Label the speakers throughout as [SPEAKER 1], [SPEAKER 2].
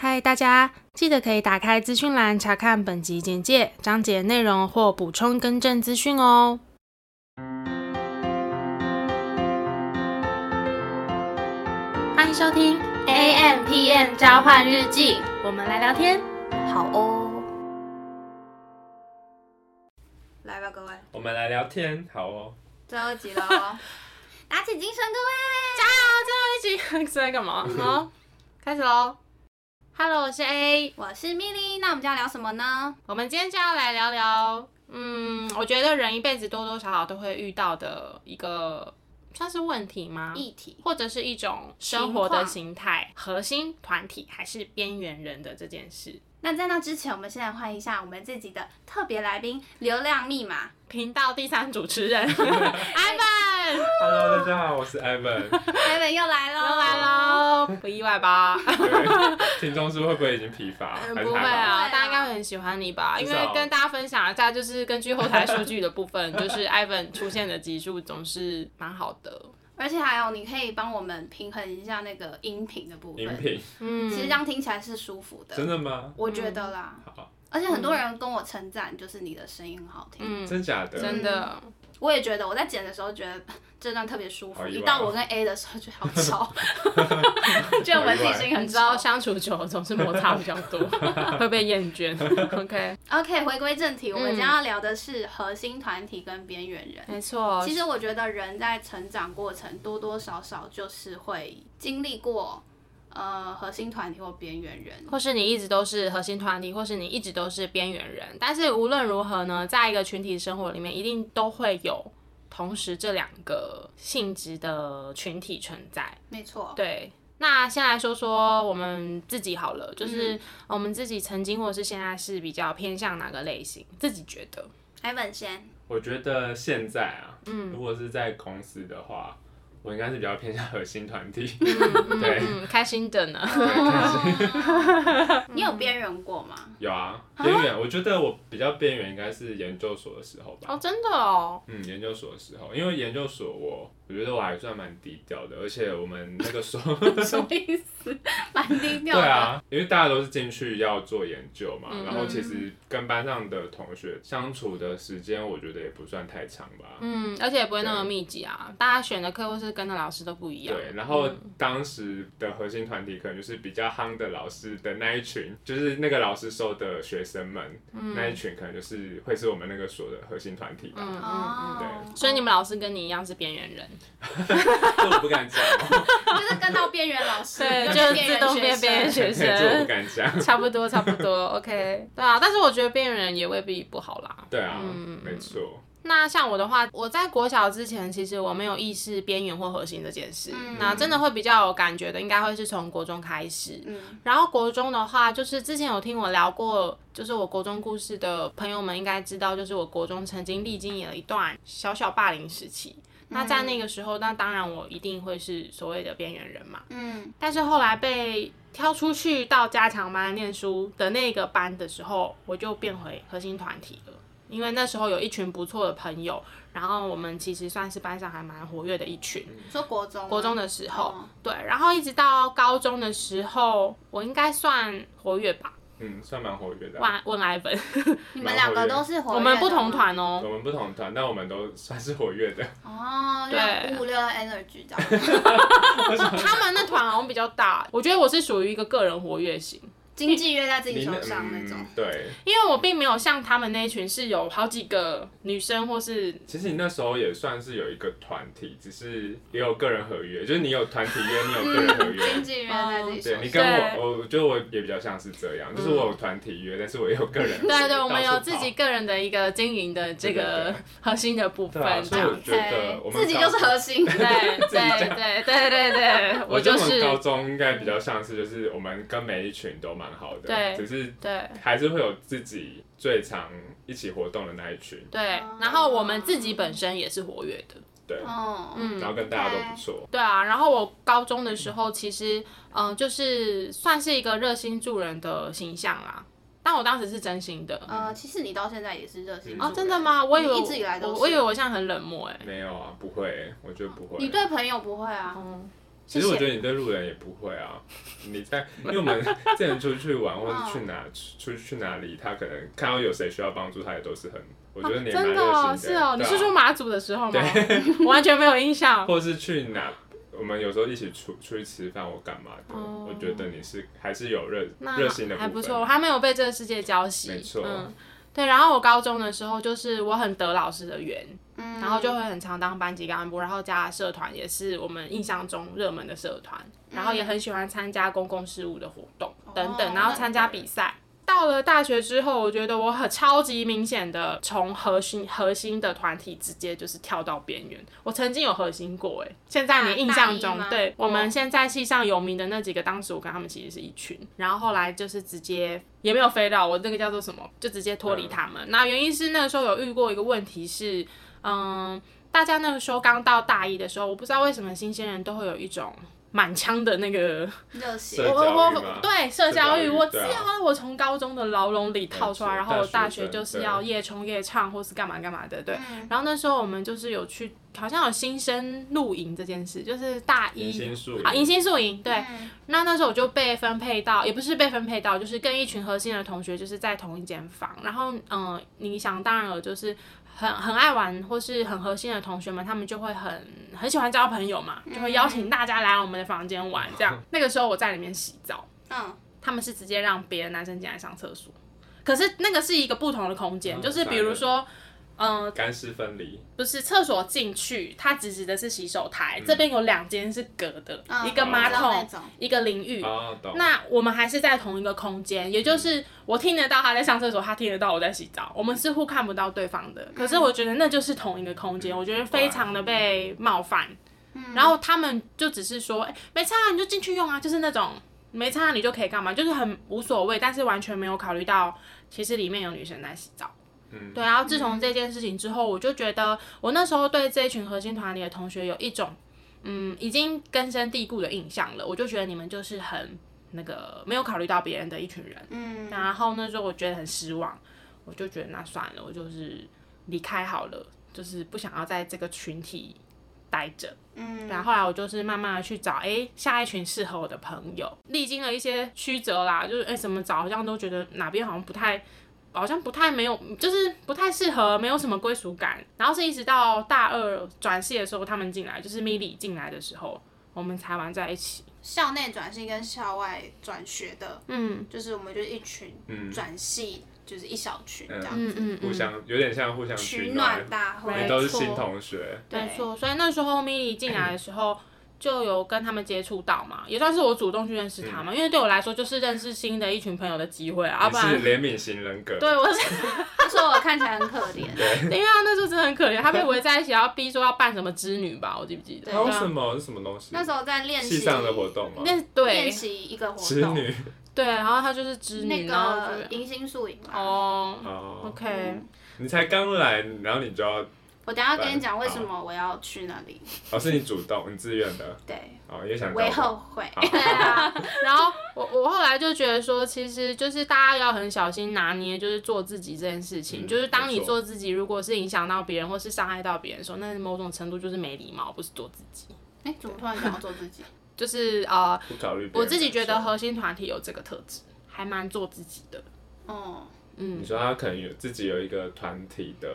[SPEAKER 1] 嗨，大家记得可以打开资讯栏查看本集简介、章节内容或补充更正资讯哦。欢迎收听 A M P M 交换日记，我们来聊天。
[SPEAKER 2] 好哦，来吧，各位，
[SPEAKER 3] 我们来聊天，好哦。
[SPEAKER 2] 最后一集了哦， 打起精神，各位。
[SPEAKER 1] 加油！最后一集 在干嘛？好，开始喽。Hello，我是 A，
[SPEAKER 2] 我是米莉，那我们今天要聊什么呢？
[SPEAKER 1] 我们今天就要来聊聊，嗯，我觉得人一辈子多多少少都会遇到的一个算是问题吗？
[SPEAKER 2] 议题，
[SPEAKER 1] 或者是一种生活的形态，核心团体还是边缘人的这件事。
[SPEAKER 2] 那在那之前，我们先来欢迎一下我们自己的特别来宾——流量密码。
[SPEAKER 1] 频道第三主持 人
[SPEAKER 2] 哎
[SPEAKER 1] Ivan
[SPEAKER 3] Hello，大家好，我是 Evan。
[SPEAKER 2] e v 又来喽，
[SPEAKER 1] 又来。喽，不意外 吧？
[SPEAKER 3] 对听众是会不会已经疲乏？还
[SPEAKER 1] 嗯
[SPEAKER 3] 是
[SPEAKER 1] 不会
[SPEAKER 3] 还好
[SPEAKER 1] 啊，
[SPEAKER 2] 还好
[SPEAKER 1] 大家应该会很喜欢你吧？因
[SPEAKER 3] 至
[SPEAKER 1] 为
[SPEAKER 3] 少
[SPEAKER 1] 跟大家分享一下，就是根据后台数据的部分，就是 Ivan 出现的集数总是蛮好的。
[SPEAKER 2] 而且还有，你可以帮我们平衡一下那个音频的部
[SPEAKER 3] 饮
[SPEAKER 2] 分，
[SPEAKER 3] 品
[SPEAKER 1] 嗯，
[SPEAKER 2] 其实这样听起来是舒服的。
[SPEAKER 3] 真的吗？
[SPEAKER 2] 我觉得啦，
[SPEAKER 3] 好，
[SPEAKER 2] 而且很多人跟我称赞，就是你的声音很好听。
[SPEAKER 1] 嗯，
[SPEAKER 3] 真假的？
[SPEAKER 1] 真的。
[SPEAKER 2] 我也觉得，我在剪的时候觉得这段特别舒服，
[SPEAKER 3] 好意外
[SPEAKER 2] 一
[SPEAKER 3] 哦
[SPEAKER 2] 到我跟 A 的时候觉得好 吵， 觉得我们自己声音
[SPEAKER 1] 你
[SPEAKER 2] 很
[SPEAKER 1] 知道
[SPEAKER 2] 吵。
[SPEAKER 1] 相处久了总是摩擦比较 多，会被厌倦。OK，
[SPEAKER 2] OK，回归正题，我们
[SPEAKER 1] 嗯
[SPEAKER 2] 今天要聊的是核心团体跟边缘人。
[SPEAKER 1] 没
[SPEAKER 3] 嗯
[SPEAKER 1] 错
[SPEAKER 2] 其实我觉得人在成长过程多多少少就是会经历过，呃，核心团体或边缘人。
[SPEAKER 1] 或是你一直都是核心团体，或是你一直都是边缘人。但是无论如何呢，在一个群体生活里面，一定都会有同时这两个性质的群体存在。
[SPEAKER 2] 没错，
[SPEAKER 1] 对，那先来说说我们自己好了，
[SPEAKER 3] 嗯
[SPEAKER 1] 就是我们自己曾经或是现在是比较偏向哪个类型？自己觉得，
[SPEAKER 2] 艾文 先，
[SPEAKER 3] 我觉得现在啊，如果是在公司的话，我应该是比较偏向核心团体。对，
[SPEAKER 1] 嗯，开心的呢。
[SPEAKER 2] 你有边缘过 吗？
[SPEAKER 3] 有啊，边缘。我觉得我比较边缘应该是研究所的时候吧。
[SPEAKER 1] 哦，真的哦，
[SPEAKER 3] 嗯，研究所的时候，因为研究所我我觉得我还算蛮低调的，而且我们那个时候
[SPEAKER 2] 什么意思？蛮低调
[SPEAKER 3] 对
[SPEAKER 2] 的。
[SPEAKER 3] 啊，因为大家都是进去要做研究嘛，
[SPEAKER 1] 嗯
[SPEAKER 3] 然后其实跟班上的同学相处的时间，我觉得也不算太长吧。
[SPEAKER 1] 嗯，而且也不会那么
[SPEAKER 3] 对
[SPEAKER 1] 密集啊。大家选的课或是跟的老师都不一样。
[SPEAKER 3] 对，然后
[SPEAKER 1] 嗯
[SPEAKER 3] 当时的核心团体可能就是比较夯的老师的那一群，就是那个老师收的学生们、那一群，可能就是会是我们那个所的核心团体吧。
[SPEAKER 1] 嗯嗯
[SPEAKER 2] 哦，
[SPEAKER 1] 嗯。所以你们老师跟你一样是边缘人，
[SPEAKER 3] 这 我不敢讲哦，
[SPEAKER 2] 就是跟到边缘老师，
[SPEAKER 1] 对，
[SPEAKER 2] 跟
[SPEAKER 1] 就是
[SPEAKER 2] 边
[SPEAKER 1] 自
[SPEAKER 2] 缘
[SPEAKER 1] 动
[SPEAKER 2] 学
[SPEAKER 1] 变
[SPEAKER 2] 生
[SPEAKER 1] 边缘学
[SPEAKER 3] 这我不
[SPEAKER 1] 生，
[SPEAKER 3] 敢 讲。
[SPEAKER 1] 差不多差不多。OK，对 啊，但是我觉得边缘人也未必不好啦。
[SPEAKER 3] 对啊，
[SPEAKER 1] 嗯
[SPEAKER 3] 没错。
[SPEAKER 1] 那像我的话，我在国小之前，其实我没有意识边缘或核心这件事。
[SPEAKER 2] 嗯
[SPEAKER 1] 那真的会比较有感觉的，应该会是从国中开始。
[SPEAKER 2] 嗯，
[SPEAKER 1] 然后国中的话，就是之前有听我聊过，就是我国中故事的朋友们应该知道，就是我国中曾经历经了一段小小霸凌时期。那
[SPEAKER 2] 嗯
[SPEAKER 1] 在那个时候，那当然我一定会是所谓的边缘人嘛。
[SPEAKER 2] 嗯，
[SPEAKER 1] 但是后来被挑出去到加强班念书的那个班的时候，我就变回核心团体了。因为那时候有一群不错的朋友，然后我们其实算是班上还蛮活跃的一群。
[SPEAKER 2] 嗯说国中吗，啊
[SPEAKER 1] 国中的时候
[SPEAKER 2] 哦，
[SPEAKER 1] 对，然后一直到高中的时候，我应该算活跃吧，
[SPEAKER 3] 嗯，算蛮活跃的啊。
[SPEAKER 1] 问问来本，
[SPEAKER 2] 你们两个都是 活跃的吗
[SPEAKER 1] 我们不同团哦，
[SPEAKER 3] 我们不同团，但我们都算是活跃的。
[SPEAKER 2] 哦，
[SPEAKER 1] 对
[SPEAKER 2] 对，五五六的 energy 这样，
[SPEAKER 1] 他们那团好像比较大，我觉得我是属于一个个人活跃型，
[SPEAKER 2] 经济约在自己
[SPEAKER 3] 你
[SPEAKER 2] 手
[SPEAKER 3] 那
[SPEAKER 2] 上那种
[SPEAKER 3] 嗯。，对，
[SPEAKER 1] 因为我并没有像他们那一群是有好几个女生或是
[SPEAKER 3] 其实你那时候也算是有一个团体，只是也有个人合约，就是你有团体约，你有个人合
[SPEAKER 1] 嗯
[SPEAKER 3] 约。
[SPEAKER 2] 经纪人在自己
[SPEAKER 3] 嗯 对
[SPEAKER 2] 手
[SPEAKER 3] 你
[SPEAKER 2] 上。
[SPEAKER 3] 跟我，我觉得我也比较像是这样，就是我有团体约，但是我也有个人合约。
[SPEAKER 1] 嗯对啊对，我们
[SPEAKER 3] 到
[SPEAKER 1] 有
[SPEAKER 3] 处
[SPEAKER 1] 自己
[SPEAKER 3] 跑。
[SPEAKER 1] 个人的一个经营的这
[SPEAKER 3] 对对
[SPEAKER 1] 个核心的部分
[SPEAKER 3] 对啊，
[SPEAKER 1] 这
[SPEAKER 3] 所以
[SPEAKER 1] 样
[SPEAKER 3] 我。觉得我们
[SPEAKER 2] 自己就是核心。
[SPEAKER 1] 对对对对对对，
[SPEAKER 3] 我
[SPEAKER 1] 我
[SPEAKER 3] 觉得
[SPEAKER 1] 就
[SPEAKER 3] 我们
[SPEAKER 1] 是
[SPEAKER 3] 高中应该比较像是，就是我们跟每一群都蛮好的，
[SPEAKER 1] 对
[SPEAKER 3] 只是
[SPEAKER 1] 对。
[SPEAKER 3] 还是会有自己最常一起活动的那一群，
[SPEAKER 1] 对
[SPEAKER 2] 哦，
[SPEAKER 1] 然后我们自己本身也是活跃的，
[SPEAKER 3] 对，
[SPEAKER 2] 哦，嗯，
[SPEAKER 3] 然后跟大家都不错，
[SPEAKER 1] 对啊。然后我高中的时候，其实嗯、呃就是算是一个热心助人的形象啦，但我当时是真心的。
[SPEAKER 2] 呃，其实你到现在也是热心
[SPEAKER 3] 嗯
[SPEAKER 1] 哦，
[SPEAKER 2] 助
[SPEAKER 1] 真
[SPEAKER 2] 人
[SPEAKER 1] 的？吗？我以为
[SPEAKER 2] 一直以来都
[SPEAKER 1] 我
[SPEAKER 2] 是
[SPEAKER 1] 我以为我现在很冷漠哎、
[SPEAKER 3] 没有啊，不会，我觉得不会，
[SPEAKER 2] 你对朋友不会啊？
[SPEAKER 1] 嗯，
[SPEAKER 3] 其实我觉得你对路人也不会啊， 你在因为我们之前出去玩或者
[SPEAKER 1] 嗯
[SPEAKER 3] 去哪出去哪里，他可能看到有谁需要帮助，他也都是很，我觉得你也蛮
[SPEAKER 1] 真
[SPEAKER 3] 热
[SPEAKER 1] 的
[SPEAKER 3] 心
[SPEAKER 1] 哦，是哦，你
[SPEAKER 3] 对啊
[SPEAKER 1] 是说马祖的时候吗？ 我完全没有印象。
[SPEAKER 3] 或是去哪，我们有时候一起出出去吃饭或干嘛的，
[SPEAKER 1] 哦
[SPEAKER 3] 我觉得你是还是有热
[SPEAKER 1] 那
[SPEAKER 3] 热心的部
[SPEAKER 1] 还
[SPEAKER 3] 分，
[SPEAKER 1] 不错，我还没有被这个世界浇熄。
[SPEAKER 3] 没错
[SPEAKER 1] 嗯，对。然后我高中的时候，就是我很得老师的缘，
[SPEAKER 2] 嗯
[SPEAKER 1] 然后就会很常当班级干部，然后加社团也是我们印象中热门的社团，然后也很喜欢参加公共事务的活动
[SPEAKER 2] 哦
[SPEAKER 1] 等等，然后参加比赛。到了大学之后，我觉得我很超级明显的从核心核心的团体直接就是跳到边缘。我曾经有核心过，哎，现在你印象中
[SPEAKER 2] 大大一吗，
[SPEAKER 1] 对我
[SPEAKER 2] 哦
[SPEAKER 1] 们现在系上有名的那几个，当时我跟他们其实是一群，然后后来就是直接也没有飞到我那个叫做什么，就直接脱离他们。那原因是那个时候有遇过一个问题是，嗯，大家那个时候刚到大一的时候，我不知道为什么新鲜人都会有一种满腔的那个
[SPEAKER 2] 热
[SPEAKER 3] 社
[SPEAKER 2] 血
[SPEAKER 1] 我
[SPEAKER 3] 交欲
[SPEAKER 1] 我
[SPEAKER 3] 吗
[SPEAKER 1] 我对社交
[SPEAKER 3] 交
[SPEAKER 1] 欲，
[SPEAKER 3] 欲
[SPEAKER 1] 我只
[SPEAKER 3] 对啊
[SPEAKER 1] 要我从高中的牢笼里套出来，
[SPEAKER 3] 没错
[SPEAKER 1] 然后我
[SPEAKER 3] 大
[SPEAKER 1] 大
[SPEAKER 3] 学生
[SPEAKER 1] 学就是要
[SPEAKER 3] 对
[SPEAKER 1] 夜冲夜唱或是干嘛干嘛的，对。
[SPEAKER 2] 嗯
[SPEAKER 1] 然后那时候我们就是有去，好像有新生露营这件事，就是大一
[SPEAKER 3] 迎新宿
[SPEAKER 1] 啊，
[SPEAKER 3] 营
[SPEAKER 1] 迎新宿营，对。
[SPEAKER 2] 嗯
[SPEAKER 1] 那那时候我就被分配到，也不是被分配到，就是跟一群核心的同学就是在同一间房，然后嗯、呃你想当然了，就是很很爱玩或是很核心的同学们，他们就会很很喜欢交朋友嘛，就会邀请大家来我们的房间玩这样。那个时候我在里面洗澡，
[SPEAKER 2] 嗯，
[SPEAKER 1] 他们是直接让别的男生进来上厕所，可是那个是一个不同的空间，
[SPEAKER 3] 嗯
[SPEAKER 1] 就是比如说。嗯、
[SPEAKER 3] 干湿分离，
[SPEAKER 1] 不是厕所进去，它直直的是洗手台，这边有两间是隔的，
[SPEAKER 2] 嗯
[SPEAKER 1] 一个马
[SPEAKER 2] 我知道那
[SPEAKER 1] 桶
[SPEAKER 2] 种，
[SPEAKER 1] 一个淋浴，
[SPEAKER 3] 哦，懂，
[SPEAKER 1] 嗯那我们还是在同一个空间，也就是我听得到他在上厕所，他听得到我在洗澡，我们似乎看不到对方的。可是
[SPEAKER 2] 嗯
[SPEAKER 1] 我觉得那就是同一个空间，我觉得非常的被冒犯。然后他们就只是说，哎、没差、啊，你就进去用啊，就是那种没差、啊、你就可以干嘛，就是很无所谓，但是完全没有考虑到其实里面有女生在洗澡。
[SPEAKER 3] 嗯
[SPEAKER 1] 对，然后自从这件事情之后，我就觉得我那时候对这一群核心团里的同学有一种，嗯，已经根深蒂固的印象了。我就觉得你们就是很那个没有考虑到别人的一群人。
[SPEAKER 2] 嗯，
[SPEAKER 1] 然后那时候我觉得很失望，我就觉得那算了，我就是离开好了，就是不想要在这个群体待着。
[SPEAKER 2] 嗯，
[SPEAKER 1] 然后后来我就是慢慢的去找，哎，下一群适合我的朋友。历经了一些曲折啦，就是哎怎么找好像都觉得哪边好像不太。好像不太没有，就是不太适合，没有什么归属感。然后是一直到大二转系的时候，他们进来，就是 Milly 进来的时候，我们才玩在一起。
[SPEAKER 2] 校内转系跟校外转学的，
[SPEAKER 1] 嗯
[SPEAKER 2] 就是我们就是一群
[SPEAKER 3] 嗯
[SPEAKER 2] 转系，就是一小群这样，
[SPEAKER 1] 嗯嗯
[SPEAKER 3] 互
[SPEAKER 1] 嗯，
[SPEAKER 3] 相有点像互相
[SPEAKER 2] 取
[SPEAKER 3] 取
[SPEAKER 2] 暖大会
[SPEAKER 3] 啊你都是
[SPEAKER 1] 没错
[SPEAKER 3] 新同学，
[SPEAKER 1] 没错。所以那时候 Milly 进来的时候，就有跟他们接触到嘛，也算是我主动去认识他们，因为对我来说就是认识新的一群朋友的机会啊，要
[SPEAKER 3] 你
[SPEAKER 1] 不然
[SPEAKER 3] 嗯是怜悯型人格，
[SPEAKER 1] 对我是。
[SPEAKER 2] 他说我看起来很可怜，
[SPEAKER 1] 因为他那时候真的很可怜，他被围在一起，然后逼说要办什么织女吧，我记不记得？
[SPEAKER 2] 对
[SPEAKER 3] 还有
[SPEAKER 1] 对
[SPEAKER 3] 什
[SPEAKER 1] 啊
[SPEAKER 3] 么是什么东西？
[SPEAKER 2] 那时候在练习
[SPEAKER 3] 系上的活动吗？
[SPEAKER 1] 那
[SPEAKER 2] 练
[SPEAKER 1] 对
[SPEAKER 2] 习一个活
[SPEAKER 3] 织
[SPEAKER 2] 动，
[SPEAKER 3] 女
[SPEAKER 1] 对，然后他就是织
[SPEAKER 2] 那
[SPEAKER 1] 女，然后我就
[SPEAKER 2] 个迎新宿营嘛。
[SPEAKER 1] 哦
[SPEAKER 3] 哦，
[SPEAKER 2] 嗯
[SPEAKER 1] ，OK，
[SPEAKER 3] 你才刚来，然后你就要，
[SPEAKER 2] 我等一下跟你讲为什么我要去那里，
[SPEAKER 3] 哦，是你主动，你自愿的，
[SPEAKER 2] 对，
[SPEAKER 3] 哦，也想
[SPEAKER 2] 我也
[SPEAKER 3] 告诉
[SPEAKER 2] 后悔。
[SPEAKER 3] 好
[SPEAKER 1] 对啊， 然后我我后来就觉得说，其实就是大家要很小心拿捏，就是做自己这件事情。
[SPEAKER 3] 嗯
[SPEAKER 1] 就是当你
[SPEAKER 3] 没错
[SPEAKER 1] 做自己，如果是影响到别人或是伤害到别人的时候，那某种程度就是没礼貌，不是做自己。
[SPEAKER 2] 哎，怎么突然想要做自己？
[SPEAKER 1] 就是呃，
[SPEAKER 3] 不考虑别人感受。
[SPEAKER 1] 我自己觉得核心团体有这个特质，还蛮做自己的。
[SPEAKER 2] 哦，
[SPEAKER 3] 你说他可能有自己有一个团体的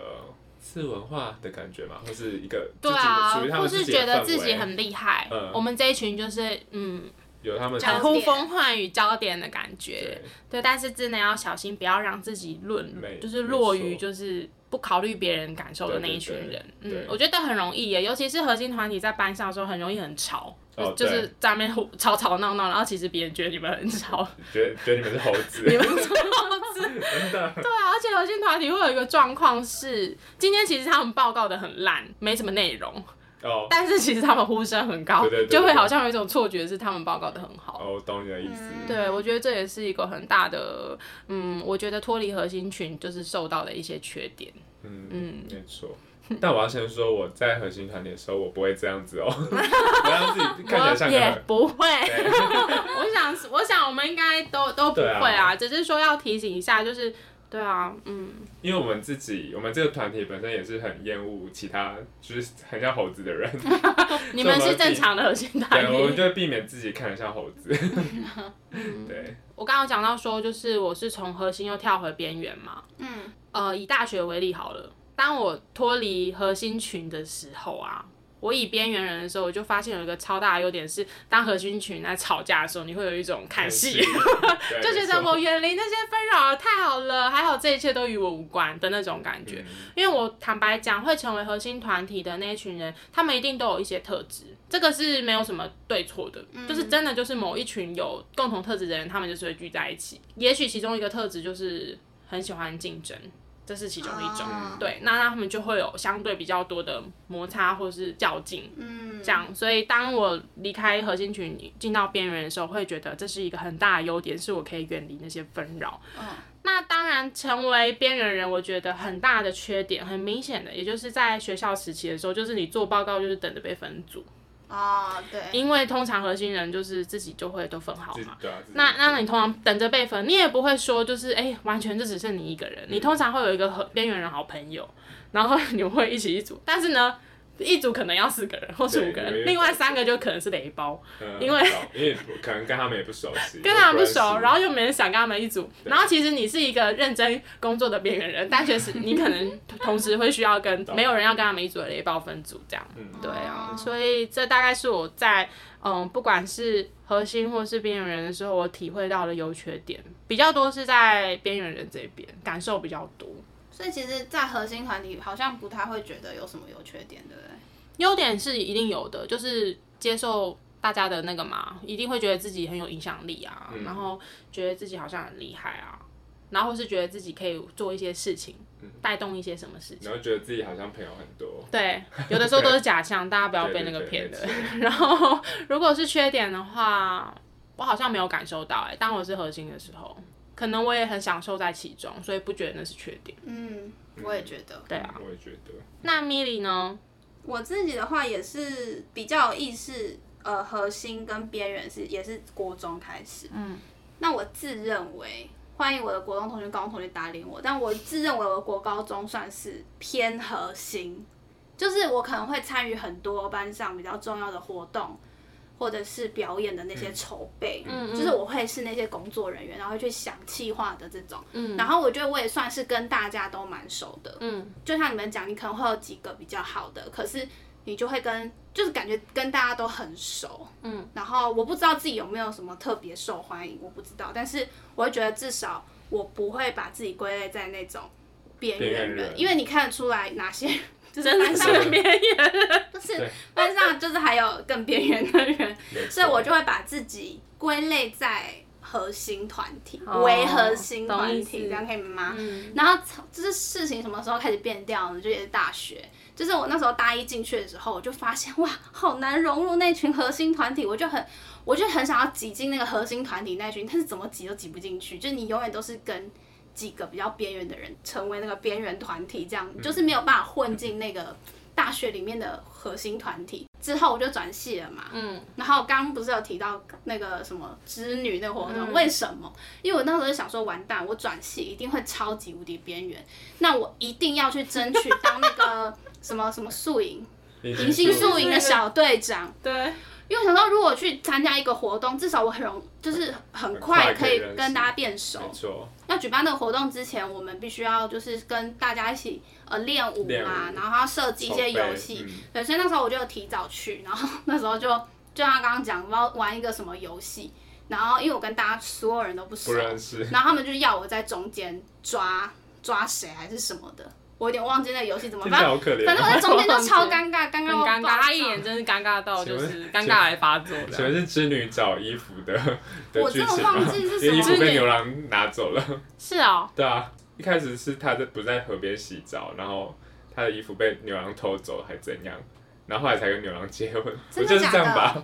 [SPEAKER 3] 次文化的感觉嘛，或是一个
[SPEAKER 1] 对啊
[SPEAKER 3] 自己的属于，他
[SPEAKER 1] 或
[SPEAKER 3] 们自
[SPEAKER 1] 是
[SPEAKER 3] 己的
[SPEAKER 1] 觉得
[SPEAKER 3] 氛
[SPEAKER 1] 自己
[SPEAKER 3] 围
[SPEAKER 1] 很厉害。
[SPEAKER 3] 嗯
[SPEAKER 1] 我们这一群就是嗯，
[SPEAKER 3] 有他们
[SPEAKER 2] 焦
[SPEAKER 1] 很
[SPEAKER 2] 点
[SPEAKER 1] 呼风唤雨、焦点的感觉。
[SPEAKER 3] 对
[SPEAKER 1] 对，但是真的要小心，不要让自己
[SPEAKER 3] 没
[SPEAKER 1] 沦，就是落于
[SPEAKER 3] 没错
[SPEAKER 1] 就是不考虑别人感受的那一群人。
[SPEAKER 3] 对对对
[SPEAKER 1] 嗯
[SPEAKER 3] 对，
[SPEAKER 1] 我觉得很容易耶，尤其是核心团体在班上的时候，很容易很吵，
[SPEAKER 3] 哦
[SPEAKER 1] 就
[SPEAKER 3] 对
[SPEAKER 1] 是在那边胡吵吵闹闹，然后其实别人觉得你们很 吵。
[SPEAKER 3] 觉得觉得你们是猴子，
[SPEAKER 1] 你们是猴子，
[SPEAKER 3] 真的
[SPEAKER 1] 对啊，而且核心团体会有一个状况是，今天其实他们报告的很烂，没什么内容，
[SPEAKER 3] 哦
[SPEAKER 1] 但是其实他们呼声很高，
[SPEAKER 3] 对对对
[SPEAKER 1] 就会
[SPEAKER 3] 对
[SPEAKER 1] 好像有一种错觉是他们报告的很好。
[SPEAKER 3] 哦，我懂你的意思，
[SPEAKER 1] 嗯对，我觉得这也是一个很大的，嗯，我觉得脱离核心群就是受到的一些缺点。
[SPEAKER 3] 嗯，没错。但我要先说，我在核心团体的时候，我不会这样子哦， 我让自己看起来像
[SPEAKER 1] 我
[SPEAKER 3] 个
[SPEAKER 1] 也
[SPEAKER 3] 很
[SPEAKER 1] 不会，
[SPEAKER 3] 对
[SPEAKER 1] 我想，我想我们应该都都不
[SPEAKER 3] 对啊
[SPEAKER 1] 会啊，只是说要提醒一下，就是对啊，嗯，
[SPEAKER 3] 因为我们自己，我们这个团体本身也是很厌恶其他，就是很像猴子的人，
[SPEAKER 1] 你们是正常的核心
[SPEAKER 3] 对啊
[SPEAKER 1] 团，
[SPEAKER 3] 我们
[SPEAKER 1] 体。
[SPEAKER 3] 就会避免自己看得像猴子。对，
[SPEAKER 1] 我刚刚有讲到说，就是我是从核心又跳回边缘嘛。
[SPEAKER 2] 嗯，
[SPEAKER 1] 呃，以大学为例好了，当我脱离核心群的时候啊，我以边缘人的时候，我就发现有一个超大的优点是，当核心群在吵架的时候，你会有一种看戏，
[SPEAKER 3] 对
[SPEAKER 1] 就觉得
[SPEAKER 3] 没错
[SPEAKER 1] 我远离那些纷扰，太好了，还好这一切都与我无关的那种感觉。
[SPEAKER 3] 嗯
[SPEAKER 1] 因为我坦白讲，会成为核心团体的那一群人，他们一定都有一些特质，这个是没有什么对错的，
[SPEAKER 3] 嗯
[SPEAKER 1] 就是真的就是某一群有共同特质的人，他们就是会聚在一起。也许其中一个特质就是很喜欢竞争，这是其中一种。
[SPEAKER 2] 啊
[SPEAKER 1] 对，那他们就会有相对比较多的摩擦或是较劲，
[SPEAKER 2] 嗯，
[SPEAKER 1] 这样。所以当我离开核心群，进到边缘的时候，会觉得这是一个很大的优点，是我可以远离那些纷扰。
[SPEAKER 2] 嗯
[SPEAKER 1] 那当然，成为边缘人，我觉得很大的缺点，很明显的，也就是在学校时期的时候，就是你做报告就是等着被分组，
[SPEAKER 2] 哦，对，
[SPEAKER 1] 因为通常核心人就是自己就会都分好
[SPEAKER 3] 自己
[SPEAKER 1] 嘛。
[SPEAKER 3] 对啊，自己
[SPEAKER 1] 那那你通常等着被分，你也不会说就是哎、完全就只剩你一个人，你通常会有一个和边缘人好朋友，然后你们会一起一组，但是呢，一组可能要四个人或是
[SPEAKER 3] 对
[SPEAKER 1] 五个
[SPEAKER 3] 因为
[SPEAKER 1] 人，另外三个就可能是雷包，
[SPEAKER 3] 嗯
[SPEAKER 1] 因为
[SPEAKER 3] 好因为可能跟他们也不熟悉，
[SPEAKER 1] 跟他们不
[SPEAKER 3] 认
[SPEAKER 1] 熟，
[SPEAKER 3] 识
[SPEAKER 1] 然后又没人想跟他们一组，然后其实你是一个认真工作的边缘人，但确实你可能同时会需要跟没有人要跟他们一组的雷暴分组这样。
[SPEAKER 3] 嗯
[SPEAKER 1] 对啊，
[SPEAKER 2] 哦
[SPEAKER 1] 所以这大概是我在嗯，不管是核心或是边缘人的时候，我体会到的优缺点比较多是在边缘人这边感受比较多。
[SPEAKER 2] 所以其实，在核心团体好像不太会觉得有什么优缺点，对不对？
[SPEAKER 1] 优点是一定有的，就是接受大家的那个嘛，一定会觉得自己很有影响力啊，然后觉得自己好像很厉害啊，然后或是觉得自己可以做一些事情，带动一些什么事情。
[SPEAKER 3] 然后觉得自己好像朋友很多，
[SPEAKER 1] 对，有的时候都是假 象，大家不要被那个骗了。 然后，如果是缺点的话，我好像没有感受到、欸。哎，当我是核心的时候，可能我也很享受在其中，所以不觉得那是缺点。
[SPEAKER 2] 嗯，我也觉得。
[SPEAKER 1] 对啊，
[SPEAKER 3] 嗯我也觉得，
[SPEAKER 1] 那米莉
[SPEAKER 2] 嗯
[SPEAKER 1] 呢？
[SPEAKER 2] 我自己的话也是比较有意识，呃，核心跟边缘是也是国中开始。
[SPEAKER 1] 嗯，
[SPEAKER 2] 那我自认为，欢迎我的国中同学、高中同学打脸我，但我自认为我的国高中算是偏核心，就是我可能会参与很多班上比较重要的活动。或者是表演的那些筹备，
[SPEAKER 1] 嗯嗯
[SPEAKER 2] 就是我会是那些工作人员，然后会去想企划的这种，
[SPEAKER 1] 嗯
[SPEAKER 2] 然后我觉得我也算是跟大家都蛮熟的，
[SPEAKER 1] 嗯
[SPEAKER 2] 就像你们讲，你可能会有几个比较好的，可是你就会跟就是感觉跟大家都很熟，
[SPEAKER 1] 嗯，
[SPEAKER 2] 然后我不知道自己有没有什么特别受欢迎，我不知道，但是我会觉得至少我不会把自己归类在那种边
[SPEAKER 3] 边
[SPEAKER 2] 缘
[SPEAKER 3] 缘
[SPEAKER 2] 人，
[SPEAKER 3] 人
[SPEAKER 2] 因为你看得出来哪些人就是
[SPEAKER 1] 真
[SPEAKER 2] 班
[SPEAKER 1] 的
[SPEAKER 2] 上
[SPEAKER 1] 是边缘人。
[SPEAKER 2] 就是
[SPEAKER 3] 对
[SPEAKER 2] 班上就是还有更边缘的人，
[SPEAKER 3] 没错
[SPEAKER 2] 所以我就会把自己归类在核心团体，
[SPEAKER 1] 哦
[SPEAKER 2] 为核心团
[SPEAKER 1] 懂意
[SPEAKER 2] 体，
[SPEAKER 1] 思
[SPEAKER 2] 这样可以吗？
[SPEAKER 1] 嗯
[SPEAKER 2] 然后就是事情什么时候开始变调呢？就也是大学，就是我那时候大一进去的时候，我就发现哇，好难融入那群核心团体，我就很，我就很想要挤进那个核心团体那群，但是怎么挤都挤不进去，就是你永远都是跟几个比较边缘的人成为那个边缘团体，这样就是没有办法混进那个大学里面的核心团体。之后我就转系了嘛，
[SPEAKER 1] 嗯
[SPEAKER 2] 然后刚刚不是有提到那个什么织女那个活动，
[SPEAKER 1] 嗯
[SPEAKER 2] 为什么？因为我那时候就想说，完蛋，我转系一定会超级无敌边缘，那我一定要去争取当那 个什么什么宿营、
[SPEAKER 3] 银
[SPEAKER 2] 银杏宿营的小队长。
[SPEAKER 1] 对，
[SPEAKER 2] 因为我想说，如果我去参加一个活动，至少我很容，就是很快
[SPEAKER 3] 很快可
[SPEAKER 2] 可以
[SPEAKER 3] 以认识
[SPEAKER 2] 跟大家变熟。
[SPEAKER 3] 没错，
[SPEAKER 2] 要举办那个活动之前，我们必须要就是跟大家一起呃练舞
[SPEAKER 3] 练舞
[SPEAKER 2] 嘛，然后要设计一些游戏
[SPEAKER 3] 筹。备嗯
[SPEAKER 2] 对，所以那时候我就有提早去，然后 那时候就就像他刚刚讲，不知道玩一个什么游戏，然后因为我跟大家所有人都不熟，
[SPEAKER 3] 不认识，
[SPEAKER 2] 然后他们就要我在中间抓抓谁还是什么的，我有点忘记那个游戏怎么，
[SPEAKER 3] 听 起
[SPEAKER 2] 反
[SPEAKER 3] 来
[SPEAKER 2] 正
[SPEAKER 3] 好可怜
[SPEAKER 2] 反正我在
[SPEAKER 3] 哦。
[SPEAKER 2] 中间就超尴尬，尴
[SPEAKER 1] 很
[SPEAKER 2] 尬到
[SPEAKER 1] 尴
[SPEAKER 2] 爆炸
[SPEAKER 1] 尬，他一眼真是尴尬到就是
[SPEAKER 3] 请问
[SPEAKER 1] 尴尬癌发作
[SPEAKER 3] 请
[SPEAKER 1] 的。
[SPEAKER 3] 问是织女找衣服的
[SPEAKER 2] 我
[SPEAKER 3] 的剧
[SPEAKER 2] 真的
[SPEAKER 3] 情
[SPEAKER 2] 忘
[SPEAKER 3] 吗？
[SPEAKER 2] 记是
[SPEAKER 3] 因为衣
[SPEAKER 2] 什么
[SPEAKER 3] 服被牛郎拿走了。
[SPEAKER 1] 是哦，
[SPEAKER 3] 对啊，一开始是他在不在河边洗澡，然后他的衣服被牛郎偷走还怎样，然后后来才跟牛郎结婚，
[SPEAKER 2] 真
[SPEAKER 3] 我
[SPEAKER 2] 的
[SPEAKER 3] 就是
[SPEAKER 2] 假
[SPEAKER 3] 这样
[SPEAKER 2] 的
[SPEAKER 3] 吧。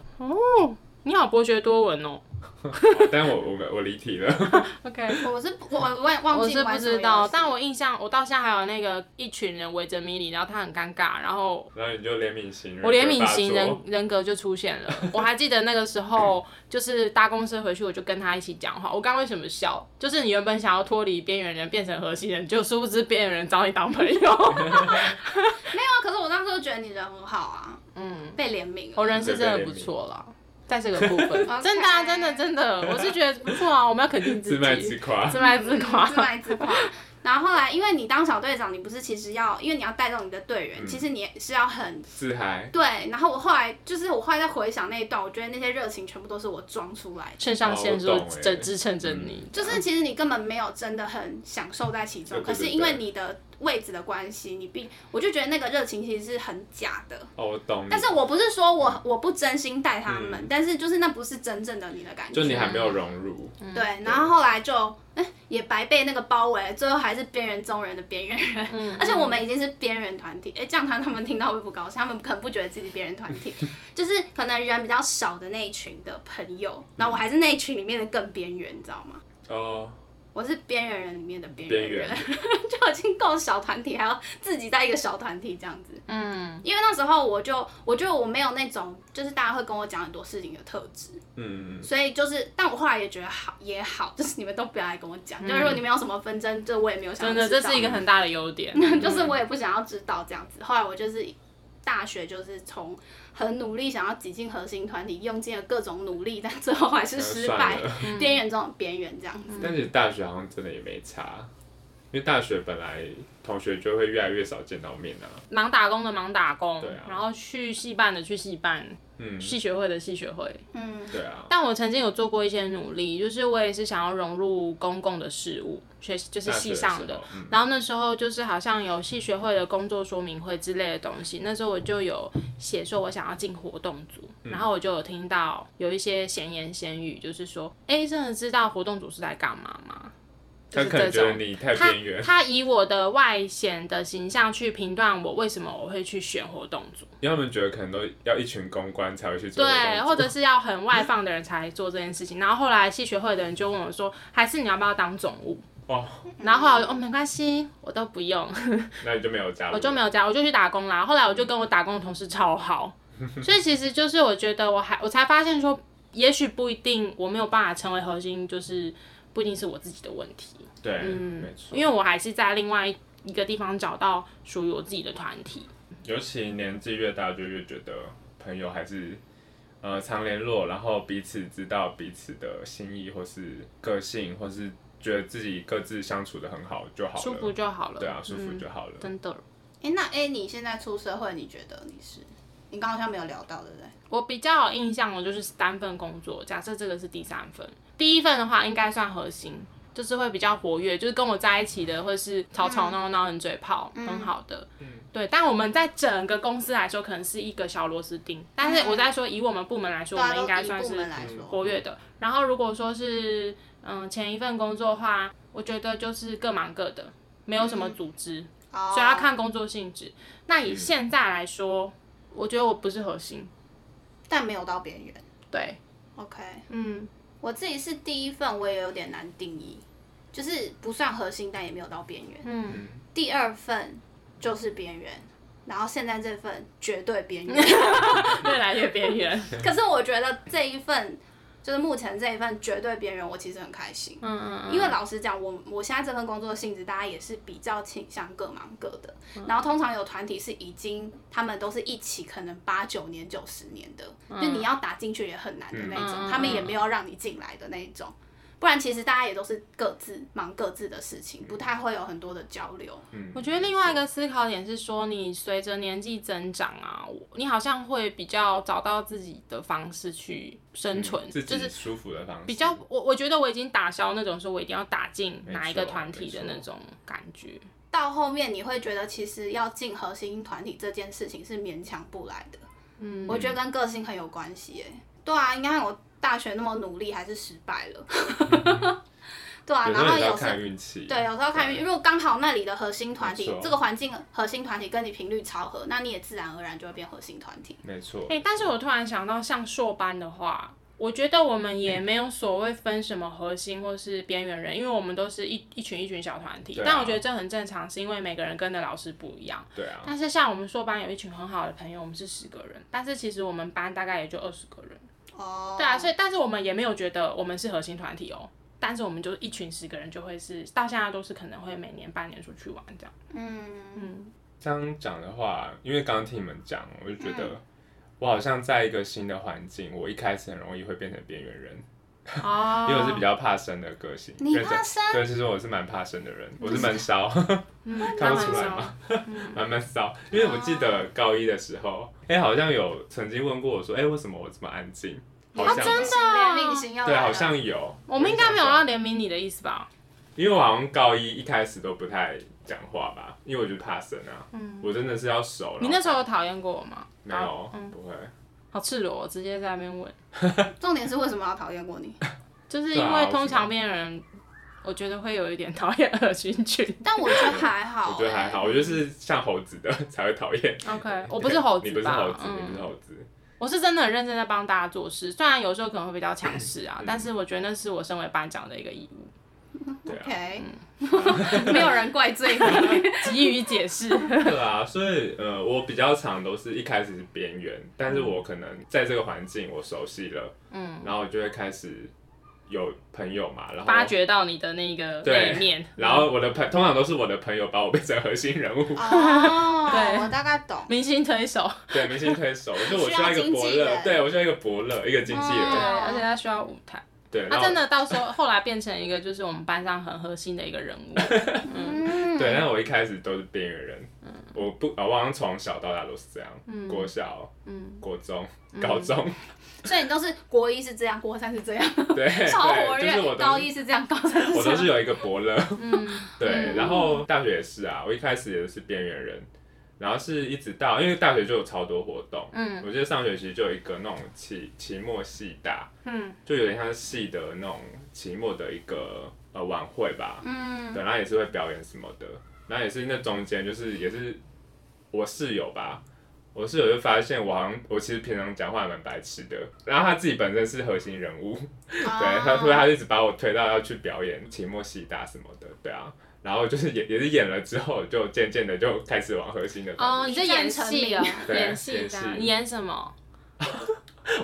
[SPEAKER 1] 你好博学多闻哦。
[SPEAKER 3] 但我我们我离题了，
[SPEAKER 1] OK，
[SPEAKER 2] 我是不我我忘忘
[SPEAKER 1] 我
[SPEAKER 2] 记
[SPEAKER 1] 是不
[SPEAKER 2] 玩什么
[SPEAKER 1] 知道
[SPEAKER 2] 游，戏
[SPEAKER 1] 但我印象我到现在还有那个一群人围着米莉，然后他很尴尬，然后
[SPEAKER 3] 然后你就怜悯型人，
[SPEAKER 1] 我怜悯型
[SPEAKER 3] 发
[SPEAKER 1] 人
[SPEAKER 3] 作
[SPEAKER 1] 人格就出现了。我还记得那个时候，就是搭公车回去，我就跟他一起讲话。我刚为什么笑？就是你原本想要脱离边缘人变成核心人，就殊不知边缘人找你当朋 友。
[SPEAKER 2] 没有啊，可是我那时候觉得你人很好啊，嗯，被怜悯了。
[SPEAKER 1] 我人是真的不错啦，在这个部分，
[SPEAKER 2] OK
[SPEAKER 1] 真的啊、真的真的，我是觉得不错啊，我们要肯定
[SPEAKER 3] 自
[SPEAKER 1] 自
[SPEAKER 3] 卖
[SPEAKER 1] 己，
[SPEAKER 3] 自夸，
[SPEAKER 1] 自卖自夸
[SPEAKER 2] 自。卖自夸。然后后来，因为你当小队长，你不是其实要，因为你要带动你的队员，
[SPEAKER 3] 嗯
[SPEAKER 2] 其实你也是要很
[SPEAKER 3] 自嗨，
[SPEAKER 2] 对。然后我后来就是我后来再回想那一段，我觉得那些热情全部都是我装出来的。
[SPEAKER 1] 肾上腺素
[SPEAKER 3] 哦我懂欸嗯
[SPEAKER 1] 支支撑着你，
[SPEAKER 2] 就是其实你根本没有真的很享受在其中，
[SPEAKER 3] 对对
[SPEAKER 2] 可
[SPEAKER 3] 对
[SPEAKER 2] 是因为你的位置的关系，你必我就觉得那个热情其实是很假的。
[SPEAKER 3] 哦，我懂你
[SPEAKER 2] 但，是我不是说我我不真心待他们，
[SPEAKER 3] 嗯
[SPEAKER 2] 但是就是那不是真正的你的感觉。
[SPEAKER 3] 就你还嗯没有融入，
[SPEAKER 1] 嗯
[SPEAKER 2] 对，然后后来就哎、也白被那个包围，最后还是边缘中人的边缘人，而且我们已经是边缘团体，哎、这样他他们听到会不高兴，他们可能不觉得自己边缘团 体，就是可能人比较少的那一群的朋友，然后我还是那一群里面的更边缘，你知道吗？
[SPEAKER 3] 哦，
[SPEAKER 2] 我是边缘人里面的边
[SPEAKER 3] 边
[SPEAKER 2] 缘人
[SPEAKER 3] 缘，，
[SPEAKER 2] 就已经够小团体，还要自己在一个小团体这样子。
[SPEAKER 1] 嗯，
[SPEAKER 2] 因为那时候我就我觉得我没有那种就是大家会跟我讲很多事情的特质，
[SPEAKER 3] 嗯，
[SPEAKER 2] 所以就是，但我后来也觉得好 也好，就是你们都不要来跟我讲，就是如果你们有什么纷争，就我也没有想要
[SPEAKER 1] 嗯真
[SPEAKER 2] 知道
[SPEAKER 1] 的这是一个很嗯大的优点。
[SPEAKER 2] 就是我也不想要知道这样子。后来我就是大学就是从很努力想要挤进核心团体，用尽了各种努力，但最后还是失败
[SPEAKER 3] 嗯算，了，
[SPEAKER 1] 嗯
[SPEAKER 2] 边缘中的边缘这样子。
[SPEAKER 3] 但是大学好像真的也没差，因为大学本来同学就会越来越少见到面啊，
[SPEAKER 1] 忙打工的忙打工，
[SPEAKER 3] 对啊
[SPEAKER 1] 然后去戏办的去戏办，
[SPEAKER 3] 嗯，
[SPEAKER 1] 戏学会的戏学会。
[SPEAKER 2] 嗯，
[SPEAKER 3] 对啊，
[SPEAKER 1] 但我曾经有做过一些努力，就是我也是想要融入公共的事务，学就是系上的
[SPEAKER 3] 大学的时候嗯
[SPEAKER 1] 然后那时候就是好像有系学会的工作说明会之类的东西，那时候我就有写说我想要进活动组，
[SPEAKER 3] 嗯
[SPEAKER 1] 然后我就有听到有一些闲言闲语，就是说，哎，真的知道活动组是来干嘛吗？就
[SPEAKER 3] 他
[SPEAKER 1] 是
[SPEAKER 3] 可能
[SPEAKER 1] 这
[SPEAKER 3] 觉得
[SPEAKER 1] 种。
[SPEAKER 3] 你太
[SPEAKER 1] 他
[SPEAKER 3] 边缘，
[SPEAKER 1] 他以我的外显的形象去评断我为什么我会去选活动组，
[SPEAKER 3] 因为他们觉得可能都要一群公关才会去做活动
[SPEAKER 1] 对，
[SPEAKER 3] 组，
[SPEAKER 1] 或 者是要很外放的人才做这件事情。然后后来戏学会的人就问我说，还是你要不要当总务？
[SPEAKER 3] 哦，
[SPEAKER 1] 然后后来我就哦没关系，我都不用，
[SPEAKER 3] 那你就没有加入，
[SPEAKER 1] 我就没有加，我就去打工啦。后来我就跟我打工的同事超 好，所以其实就是我觉得我还我才发现说，也许不一定我没有办法成为核心，就是不一定是我自己的问题。
[SPEAKER 3] 对，
[SPEAKER 1] 嗯
[SPEAKER 3] 没错
[SPEAKER 1] 因。为我还是在另外一个地方找到属于我自己的团体。
[SPEAKER 3] 尤其年纪越大，就越觉得朋友还是呃常联络，然后彼此知道彼此的心意或是个性，或是觉得自己各自相处的很好就好了，
[SPEAKER 1] 舒服就好了。
[SPEAKER 3] 对啊，舒服
[SPEAKER 1] 嗯
[SPEAKER 3] 就好了。
[SPEAKER 1] 真的，
[SPEAKER 2] 哎、那 A 你现在出社会，你觉得你是？你刚刚好像没有聊到，对不对？
[SPEAKER 1] 我比较有印象的就是三份工作，假设这个是第三份，第一份的话应该算核心，就是会比较活跃，就是跟我在一起的会是吵
[SPEAKER 2] 嗯
[SPEAKER 1] 吵闹闹、很嘴炮，很好的。对，但我们在整个公司来说，可能是一个小螺丝钉。但是我在说，以我们部门来说，我
[SPEAKER 2] 大家
[SPEAKER 1] 们应该
[SPEAKER 2] 嗯啊都以
[SPEAKER 1] 算
[SPEAKER 2] 部
[SPEAKER 1] 是
[SPEAKER 2] 门来说，
[SPEAKER 1] 活跃的。然后如果说是嗯前一份工作的话，我觉得就是各忙各的，没有什
[SPEAKER 2] 嗯
[SPEAKER 1] 么组织，
[SPEAKER 2] 所
[SPEAKER 1] 所以要看工作性质。那以现在来说，我觉得我不是核心。
[SPEAKER 2] 但没有到边缘。
[SPEAKER 1] 对，
[SPEAKER 2] OK，
[SPEAKER 1] 嗯，
[SPEAKER 2] 我自己是第一份，我也有点难定义，就是不算核心，但也没有到边缘。
[SPEAKER 1] 嗯，
[SPEAKER 2] 第二份就是边缘，然后现在这份绝对 边缘。
[SPEAKER 1] 越来越边 缘。
[SPEAKER 2] 可是我觉得这一份，就是目前这一份绝对边缘，我其实很开心。
[SPEAKER 1] 嗯
[SPEAKER 2] 因为老实讲，我我现在这份工作的性质，大家也是比较倾向各忙各的。
[SPEAKER 1] 嗯
[SPEAKER 2] 然后通常有团体是已经他们都是一起，可能八九年、九十年的，就你要打进去也很难的那种，
[SPEAKER 1] 嗯
[SPEAKER 2] 他们也没有让你进来的那一种。不然其实大家也都是各自忙各自的事情，不太会有很多的交流。
[SPEAKER 3] 嗯
[SPEAKER 1] 我觉得另外一个思考点是说，你随着年纪增长啊，我你好像会比较找到自己的方式去生存，
[SPEAKER 3] 嗯自
[SPEAKER 1] 就
[SPEAKER 3] 己
[SPEAKER 1] 是
[SPEAKER 3] 舒服的方式，
[SPEAKER 1] 比较我我觉得我已经打消那种说我一定要打进哪一个
[SPEAKER 3] 没错
[SPEAKER 1] 团体的
[SPEAKER 3] 没错
[SPEAKER 1] 那种感觉。
[SPEAKER 2] 到后面你会觉得，其实要进核心团体这件事情是勉强不来的。嗯，我觉得跟个性很有关系耶。对啊，你看我大学那么努力，还是失败了。 对啊，
[SPEAKER 3] 有时
[SPEAKER 2] 然
[SPEAKER 3] 候
[SPEAKER 2] 后
[SPEAKER 3] 也是
[SPEAKER 2] 有
[SPEAKER 3] 要
[SPEAKER 2] 时候
[SPEAKER 3] 看运气，
[SPEAKER 1] 啊
[SPEAKER 2] 对，有时候看，如果刚好那里的核心团
[SPEAKER 3] 没
[SPEAKER 2] 体
[SPEAKER 3] 错，
[SPEAKER 2] 这个环境核心团体跟你频率超合，那你也自然而然就会变核心团体。
[SPEAKER 3] 没错，
[SPEAKER 1] 哎、但是我突然想到，像硕班的话，我觉得我们也没有所谓分什么核心或是边缘人，因为我们都是一一群一群小团体。
[SPEAKER 3] 对啊
[SPEAKER 1] 但我觉得这很正常，是因为每个人跟的老师不一样。
[SPEAKER 3] 对啊，
[SPEAKER 1] 但是像我们硕班有一群很好的朋友，我们是十个人，但是其实我们班大概也就二十个人。
[SPEAKER 2] 哦，
[SPEAKER 1] 对啊，所以但是我们也没有觉得我们是核心团体哦。但是我们就是一群十个人，就会是到现在都是可能会每年半年出去玩这样。
[SPEAKER 2] 嗯，
[SPEAKER 1] 嗯，
[SPEAKER 3] 这样讲的话，因为刚刚听你们讲，我就觉得
[SPEAKER 1] 嗯
[SPEAKER 3] 我好像在一个新的环境，我一开始很容易会变成边缘人，
[SPEAKER 1] 哦
[SPEAKER 3] 因为我是比较怕生的个性。
[SPEAKER 2] 你
[SPEAKER 3] 认真
[SPEAKER 2] 怕生
[SPEAKER 3] 对，其实我是蛮怕生的人，我是 闷骚，
[SPEAKER 1] 哦嗯
[SPEAKER 3] 看不出来吗？ 蛮闷骚。因为我记
[SPEAKER 1] 啊
[SPEAKER 3] 得高一的时候，哎、好像有曾经问过我说，哎、为什么我这么安静？好
[SPEAKER 2] 哦
[SPEAKER 1] 真
[SPEAKER 3] 像、
[SPEAKER 1] 的
[SPEAKER 2] 联名型要来
[SPEAKER 3] 啊对，啊
[SPEAKER 2] 了
[SPEAKER 3] 好像有。
[SPEAKER 1] 啊我们应该没有啊
[SPEAKER 3] 我
[SPEAKER 1] 要
[SPEAKER 3] 就想说，
[SPEAKER 1] 怜悯你的意思吧？
[SPEAKER 3] 因为我好像高一一开始都不太讲话吧，因为我就怕生啊。我真的是要熟。
[SPEAKER 1] 嗯你那时候有讨厌过我吗？
[SPEAKER 3] 然后没有、
[SPEAKER 1] 嗯
[SPEAKER 3] 不会。
[SPEAKER 1] 好赤裸哦，直接在那边问，
[SPEAKER 2] 重点是为什么要讨厌过你？
[SPEAKER 1] 就是
[SPEAKER 3] 对
[SPEAKER 1] 因
[SPEAKER 3] 啊
[SPEAKER 1] 为
[SPEAKER 3] 我
[SPEAKER 1] 通
[SPEAKER 3] 知道
[SPEAKER 1] 常边缘人，我觉得会有一点 讨厌恶群群。
[SPEAKER 2] 但我觉得还好、
[SPEAKER 3] 我觉得还好，。我就是像猴子的 才会讨厌。
[SPEAKER 1] OK，我不是猴子吧？
[SPEAKER 3] 你不是猴子，你不是
[SPEAKER 1] 嗯，
[SPEAKER 3] 猴子。
[SPEAKER 1] 我是真的很认真在帮大家做事，虽然有时候可能会比较
[SPEAKER 3] 嗯
[SPEAKER 1] 强势啊，但是我觉得那是我身为班长的一个义务，
[SPEAKER 2] 嗯
[SPEAKER 3] 对啊，嗯
[SPEAKER 2] OK，、没有人怪罪你。
[SPEAKER 1] 急于解释。
[SPEAKER 3] 对啊，所以呃，我比较常都是一开始是边缘，但是我可能在这个环境我熟悉了，
[SPEAKER 1] 嗯，
[SPEAKER 3] 然后我就会开始有朋友嘛，然后
[SPEAKER 1] 发，掘到你的那个
[SPEAKER 3] 对
[SPEAKER 1] 背面，嗯
[SPEAKER 3] 然后我的朋通常都是我的朋友把我变成核心人物，
[SPEAKER 2] 哦
[SPEAKER 1] 对
[SPEAKER 2] 我大概懂。
[SPEAKER 1] 明星推手，
[SPEAKER 3] 对，明星推手，就 我
[SPEAKER 2] 需要
[SPEAKER 3] 需要一个
[SPEAKER 2] 经纪
[SPEAKER 3] 伯乐
[SPEAKER 2] 人，
[SPEAKER 3] 对我需要一个伯乐，一个经纪人，
[SPEAKER 1] 对，
[SPEAKER 2] 哦
[SPEAKER 1] 而且他需要舞台，
[SPEAKER 3] 对，然
[SPEAKER 1] 他
[SPEAKER 3] 后
[SPEAKER 1] 真的到时候后来变成一个就是我们班上很核心的一个人物。
[SPEAKER 2] 嗯，
[SPEAKER 3] 对，但我一开始都是边缘人，我不，哦我好像从小到大都是这样，国小、
[SPEAKER 1] 嗯，
[SPEAKER 3] 国中、高中，
[SPEAKER 2] 所以你都是国一是这样，国三是这样，
[SPEAKER 3] 对，
[SPEAKER 2] 超活
[SPEAKER 3] 对，
[SPEAKER 2] 跃。
[SPEAKER 3] 就是我
[SPEAKER 2] 高
[SPEAKER 3] 都是
[SPEAKER 2] 一是这样，高三是
[SPEAKER 3] 我
[SPEAKER 2] 这
[SPEAKER 3] 都
[SPEAKER 2] 样。
[SPEAKER 3] 是有一个伯乐， 对，然后大学也是啊，我一开始也是边缘人，然后是一直到因为大学就有超多活动，
[SPEAKER 1] 嗯
[SPEAKER 3] 我记得上学期就有一个那种期期末系大，
[SPEAKER 1] 嗯，
[SPEAKER 3] 就有点像系的那种期末的一个呃晚会吧，
[SPEAKER 2] 嗯，
[SPEAKER 3] 对，然后也是会表演什么的，然后也是那中间就是也是我室友吧，我室友就发现我好像我其实平常讲话还蛮白痴的，然后他自己本身是核心人物，
[SPEAKER 2] 对，
[SPEAKER 1] 哦
[SPEAKER 3] 对，他所以他一直把我推到要去表演期末戏大什么的，对啊，然后就是也也是演了之后，就渐渐的就开始往核心的方
[SPEAKER 1] 哦，
[SPEAKER 3] 面
[SPEAKER 1] 你在演戏啊，
[SPEAKER 3] 对
[SPEAKER 1] 演戏
[SPEAKER 3] 演
[SPEAKER 1] 的
[SPEAKER 3] 戏
[SPEAKER 1] 啊，你演什么？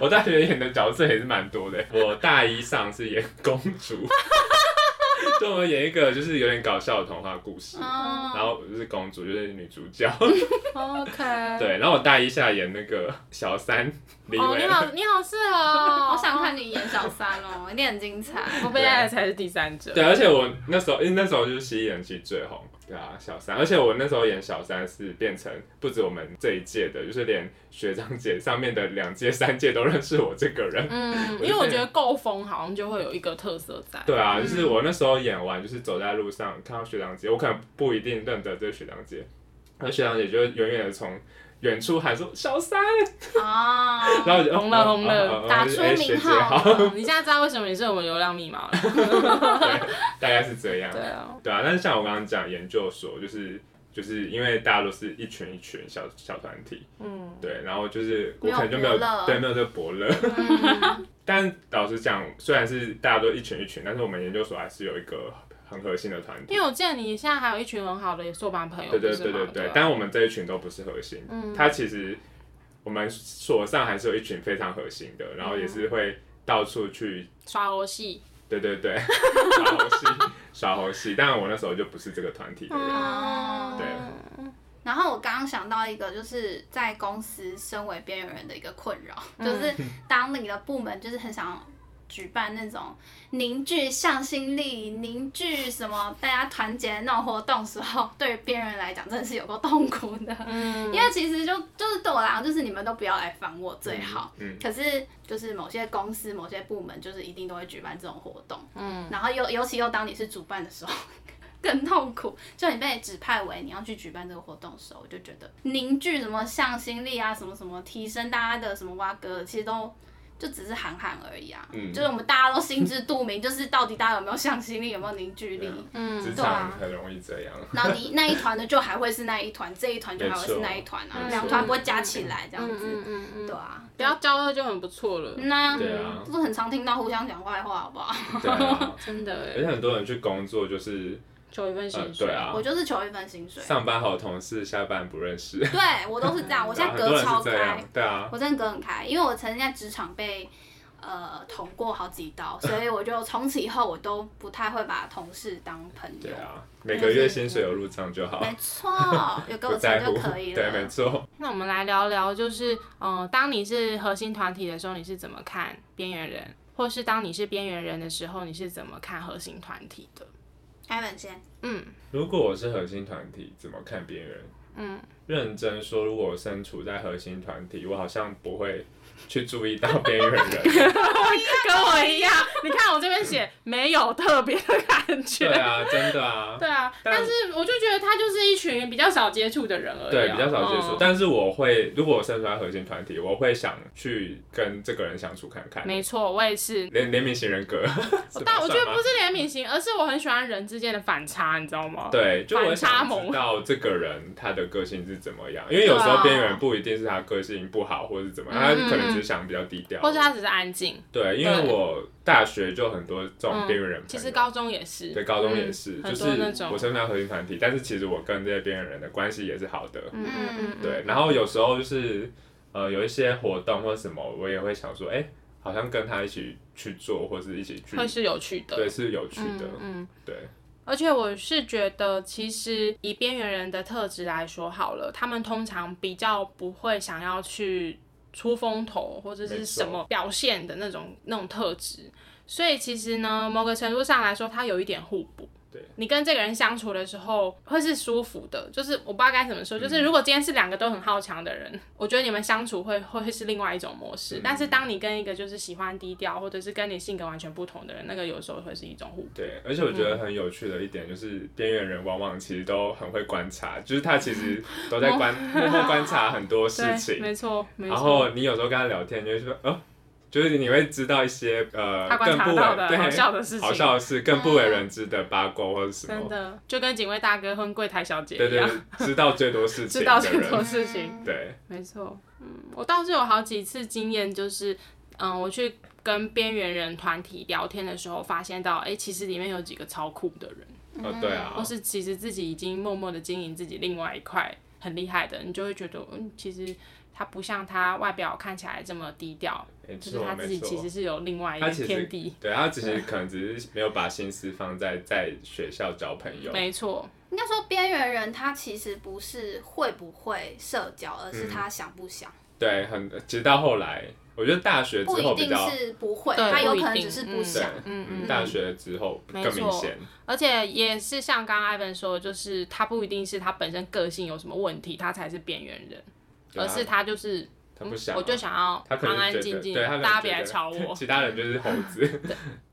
[SPEAKER 3] 我大学演的角色也是蛮多的，我大一上是演公主， 就我演一个就是有点搞笑的童话故事，
[SPEAKER 1] 哦
[SPEAKER 2] 嗯
[SPEAKER 3] 然后我就是公主，就是女主 角。
[SPEAKER 1] OK，
[SPEAKER 3] 对，然后我大一下演那个小三李
[SPEAKER 1] 哦，
[SPEAKER 3] 维
[SPEAKER 1] 你，好，你好适合哦，
[SPEAKER 2] 好想看你演小三哦，一定很精彩。
[SPEAKER 1] 我被爱的才是第三者。
[SPEAKER 3] 对，而且我那时候，因为那时候就是西演戏最红，对啊，小三，而且我那时候演小三是变成不止我们这一届的，就是连学长姐上面的两届、三届都认识我这个人。
[SPEAKER 1] 嗯，因为我觉得够疯好像就会有一个特色在。
[SPEAKER 3] 对啊，就是我那时候演完，就是走在路上看到学长姐，我可能不一定认得这个学长姐，而学长姐就会远远的从远处喊说小三，
[SPEAKER 2] 哦，
[SPEAKER 3] 然后我就
[SPEAKER 1] 红了红了
[SPEAKER 3] 哦哦哦
[SPEAKER 2] 打
[SPEAKER 3] 就是
[SPEAKER 2] 出
[SPEAKER 3] 哎
[SPEAKER 2] 名
[SPEAKER 3] 学姐
[SPEAKER 2] 号
[SPEAKER 3] 好，
[SPEAKER 1] 嗯你现在知道为什么你是我们流量密码了？
[SPEAKER 3] 大概是这样。
[SPEAKER 1] 对啊，
[SPEAKER 3] 对啊，但是像我刚刚讲研究所，就是就是因为大家都是一群一群小小团体，
[SPEAKER 1] 嗯，
[SPEAKER 3] 对，然后就是
[SPEAKER 2] 没
[SPEAKER 3] 我
[SPEAKER 2] 有
[SPEAKER 3] 可能就没有
[SPEAKER 2] 伯乐
[SPEAKER 3] 对没有这个伯乐。
[SPEAKER 1] 嗯
[SPEAKER 3] 但老实讲，虽然是大家都一群一群，但是我们研究所还是有一个很核心的团体
[SPEAKER 1] 因。为我见你现在还有一群很好的硕班朋友，
[SPEAKER 3] 对对
[SPEAKER 1] 不是
[SPEAKER 3] 对
[SPEAKER 1] 吗
[SPEAKER 3] 对对
[SPEAKER 1] 啊，嗯
[SPEAKER 3] 但我们这一群都不是核心，他其实我们所上还是有一群非常核心
[SPEAKER 1] 嗯
[SPEAKER 3] 的，然后也是会到处去，
[SPEAKER 1] 耍游戏，
[SPEAKER 3] 对对 对，耍猴戏，耍猴戏。但我那时候就不是这个团体的人，
[SPEAKER 1] 嗯，
[SPEAKER 3] 对
[SPEAKER 2] 然后我刚刚想到一个，就是在公司身为边缘人的一个困扰，就是当你的部门就是很想举办那种凝聚向心力、凝聚什么大家团结的那种活动时候，对于边缘人来讲真的是有够痛苦的。
[SPEAKER 1] 嗯，
[SPEAKER 2] 因为其实就就是对我来讲，就是你们都不要来烦我最好。
[SPEAKER 3] 嗯
[SPEAKER 2] 可是就是某些公司、某些部门，就是一定都会举办这种活动。
[SPEAKER 1] 嗯，
[SPEAKER 2] 然后尤尤其又当你是主办的时候，更痛苦。就你被指派为你要去举办这个活动的时候，我就觉得凝聚什么向心力啊，什么什么提升大家的什么挖哥，其实都就只是喊喊而已啊。
[SPEAKER 3] 嗯
[SPEAKER 2] 就是我们大家都心知肚明，就是到底大家有没有向心力，有没有凝聚力。
[SPEAKER 3] 对啊
[SPEAKER 1] 嗯
[SPEAKER 3] 职
[SPEAKER 2] 对啊
[SPEAKER 3] 场很容易这样。
[SPEAKER 2] 然后你那一团的就还会是那一团，这一团就还会是那一团
[SPEAKER 3] 没
[SPEAKER 2] 啊，
[SPEAKER 3] 错
[SPEAKER 2] 两团不会加起来这样
[SPEAKER 1] 嗯
[SPEAKER 2] 子，
[SPEAKER 1] 嗯嗯嗯，
[SPEAKER 2] 对啊。
[SPEAKER 1] 不要交恶就很不错了，
[SPEAKER 2] 那
[SPEAKER 3] 对啊
[SPEAKER 2] 就是很常听到互相讲坏话，好不好？
[SPEAKER 3] 对啊，
[SPEAKER 1] 真的
[SPEAKER 3] 而
[SPEAKER 1] 哎，
[SPEAKER 3] 且很多人去工作就是
[SPEAKER 1] 求一份薪
[SPEAKER 3] 呃
[SPEAKER 1] 水，
[SPEAKER 3] 对啊
[SPEAKER 2] 我就是求一份薪水，
[SPEAKER 3] 上班好同事，下班不认识。
[SPEAKER 2] 对我都是这样，我现在
[SPEAKER 3] 对啊很多
[SPEAKER 2] 隔
[SPEAKER 3] 人
[SPEAKER 2] 超
[SPEAKER 3] 是这
[SPEAKER 2] 开
[SPEAKER 3] 样，，对啊，
[SPEAKER 2] 我真的隔很开，因为我曾经在职场被呃捅过好几 刀，所以我就从此以后我都不太会把同事当朋友
[SPEAKER 3] 对。啊，每个月薪水有入账就好，
[SPEAKER 2] 嗯没 错，有给
[SPEAKER 3] 不
[SPEAKER 2] 我
[SPEAKER 3] 在
[SPEAKER 2] 钱
[SPEAKER 3] 乎
[SPEAKER 2] 就。可以
[SPEAKER 3] 对，没
[SPEAKER 2] 了。
[SPEAKER 3] 错。
[SPEAKER 1] 那我们来聊聊，就是嗯、呃当你是核心团体的时候，你是怎么看边缘人？或是当你是边缘人的时候，你是怎么看核心团体的？
[SPEAKER 2] 开本先，
[SPEAKER 1] 嗯
[SPEAKER 3] 如果我是核心团体，怎么看别人？
[SPEAKER 1] 嗯，
[SPEAKER 3] 认真说，如果我身处在核心团体，我好像不会去注意到边缘 人。
[SPEAKER 1] 跟我一样， 你看我这边写没有特别的感觉，
[SPEAKER 3] 对啊，真的啊，
[SPEAKER 1] 对啊，
[SPEAKER 3] 但
[SPEAKER 1] 但是我就觉得他就是一群比较少接触的人而已、啊，
[SPEAKER 3] 对，比较少接触。
[SPEAKER 1] 嗯
[SPEAKER 3] 但是我会，如果我身处在核心团体，我会想去跟这个人相处看看。
[SPEAKER 1] 没错，我也是。
[SPEAKER 3] 联联名型人格， 是吧
[SPEAKER 1] 但我觉得
[SPEAKER 3] 算吗
[SPEAKER 1] 不是怜悯型，而是我很喜欢人之间的反差，你知道吗？
[SPEAKER 3] 对，就我
[SPEAKER 1] 反差
[SPEAKER 3] 想
[SPEAKER 1] 萌
[SPEAKER 3] 知道这个人他的个性是怎么样，因为有时候边缘人不一定是他个性不好或是怎么样，他
[SPEAKER 1] 啊嗯
[SPEAKER 3] 可能只是想比较低调。
[SPEAKER 1] 或是他只是安静。
[SPEAKER 3] 对，因为
[SPEAKER 1] 对
[SPEAKER 3] 我大学就很多这种
[SPEAKER 1] 嗯
[SPEAKER 3] 边缘人朋友，
[SPEAKER 1] 其实高中也是，
[SPEAKER 3] 对高中也
[SPEAKER 1] 嗯
[SPEAKER 3] 是，
[SPEAKER 1] 很
[SPEAKER 3] 就
[SPEAKER 1] 多
[SPEAKER 3] 是
[SPEAKER 1] 那种
[SPEAKER 3] 我身在核心团体，但是其实我跟这些边缘人的关系也是好的。
[SPEAKER 1] 嗯嗯嗯，嗯
[SPEAKER 3] 对，然后有时候就是呃有一些活动或什么，我也会想说，哎、好像跟他一起去做，或是一起去，
[SPEAKER 1] 会是有趣的。
[SPEAKER 3] 对，是有趣的，
[SPEAKER 1] 嗯嗯
[SPEAKER 3] 对，
[SPEAKER 1] 而且我是觉得，其实以边缘人的特质来说好了，他们通常比较不会想要去出风头或者是
[SPEAKER 3] 没错
[SPEAKER 1] 什么表现的那种那种特质。所以其实呢，某个程度上来说，它有一点互补。
[SPEAKER 3] 对，
[SPEAKER 1] 你跟这个人相处的时候会是舒服的，就是我不知道该怎么说，
[SPEAKER 3] 嗯
[SPEAKER 1] 就是如果今天是两个都很好强的人，我觉得你们相处会会会是另外一种模式。但是
[SPEAKER 3] 嗯
[SPEAKER 1] 当你跟一个就是喜欢低调或者是跟你性格完全不同的人，那个有时候会是一种互补。
[SPEAKER 3] 对，而且我觉
[SPEAKER 1] 嗯
[SPEAKER 3] 得很有趣的一点就是，边缘人往往其实都很会观察，就是他其实都在观默默观察很多 事
[SPEAKER 1] 对，
[SPEAKER 3] 情，
[SPEAKER 1] 没错，没错。
[SPEAKER 3] 然后你有时候跟他聊天，你就会说，哦，就是你会知道一些呃
[SPEAKER 1] 他观
[SPEAKER 3] 更
[SPEAKER 1] 察
[SPEAKER 3] 不为
[SPEAKER 1] 到的
[SPEAKER 3] 对
[SPEAKER 1] 好笑的事情嗯
[SPEAKER 3] 好笑的事，更不为人知的八卦或者什
[SPEAKER 1] 真
[SPEAKER 3] 么，
[SPEAKER 1] 的就跟警卫大哥和柜台小姐
[SPEAKER 3] 对
[SPEAKER 1] 一
[SPEAKER 3] 对
[SPEAKER 1] 样，
[SPEAKER 3] 对，知道最多事情
[SPEAKER 1] 知道
[SPEAKER 3] 的
[SPEAKER 1] 这种
[SPEAKER 3] 人，
[SPEAKER 1] 事情。
[SPEAKER 3] 对，
[SPEAKER 1] 没错，嗯，我倒是有好几次经验，就是嗯，我去跟边缘人团体聊天的时候，发现到，哎、其实里面有几个超酷的人，
[SPEAKER 3] 哦对啊
[SPEAKER 1] 嗯或，是其实自己已经默默的经营自己另外一块很厉害的，你就会觉得，嗯，其实他不像他外表看起来这么低调，
[SPEAKER 3] 没
[SPEAKER 1] 就是
[SPEAKER 3] 错
[SPEAKER 1] 他
[SPEAKER 3] 没
[SPEAKER 1] 自己其
[SPEAKER 3] 错
[SPEAKER 1] 实。是有另外一
[SPEAKER 3] 他
[SPEAKER 1] 个
[SPEAKER 3] 其实
[SPEAKER 1] 天地。啊
[SPEAKER 3] 对他只是可能只是没有把心思放在在学校交朋友，
[SPEAKER 1] 没错，
[SPEAKER 2] 应该说边缘人他其实不是会不会社交，而是他想不想，
[SPEAKER 3] 对，很直到后来，我觉得大学之
[SPEAKER 2] 不
[SPEAKER 3] 后
[SPEAKER 2] 一
[SPEAKER 3] 比
[SPEAKER 2] 定
[SPEAKER 3] 较
[SPEAKER 2] 是不会，
[SPEAKER 1] 对
[SPEAKER 2] 他有
[SPEAKER 1] 不一
[SPEAKER 2] 可能
[SPEAKER 1] 定
[SPEAKER 2] 只是不
[SPEAKER 3] 对
[SPEAKER 2] 想。，
[SPEAKER 1] 嗯嗯
[SPEAKER 3] 大学之后
[SPEAKER 1] 没
[SPEAKER 3] 更
[SPEAKER 1] 错
[SPEAKER 3] 明显，
[SPEAKER 1] 而且也是像刚刚艾文说的，就是他不一定是他本身个性有什么问题，他才是边缘人，
[SPEAKER 3] 对啊
[SPEAKER 1] 而是他就是嗯
[SPEAKER 3] 他不想啊，
[SPEAKER 1] 我就想要
[SPEAKER 3] 他可
[SPEAKER 1] 安
[SPEAKER 3] 能
[SPEAKER 1] 安
[SPEAKER 3] 就觉
[SPEAKER 1] 静
[SPEAKER 3] 得，
[SPEAKER 1] 静，
[SPEAKER 3] 对他可能
[SPEAKER 1] 大家别
[SPEAKER 3] 觉
[SPEAKER 1] 来
[SPEAKER 3] 得
[SPEAKER 1] 吵我。 嗯
[SPEAKER 3] 其他人就是猴子，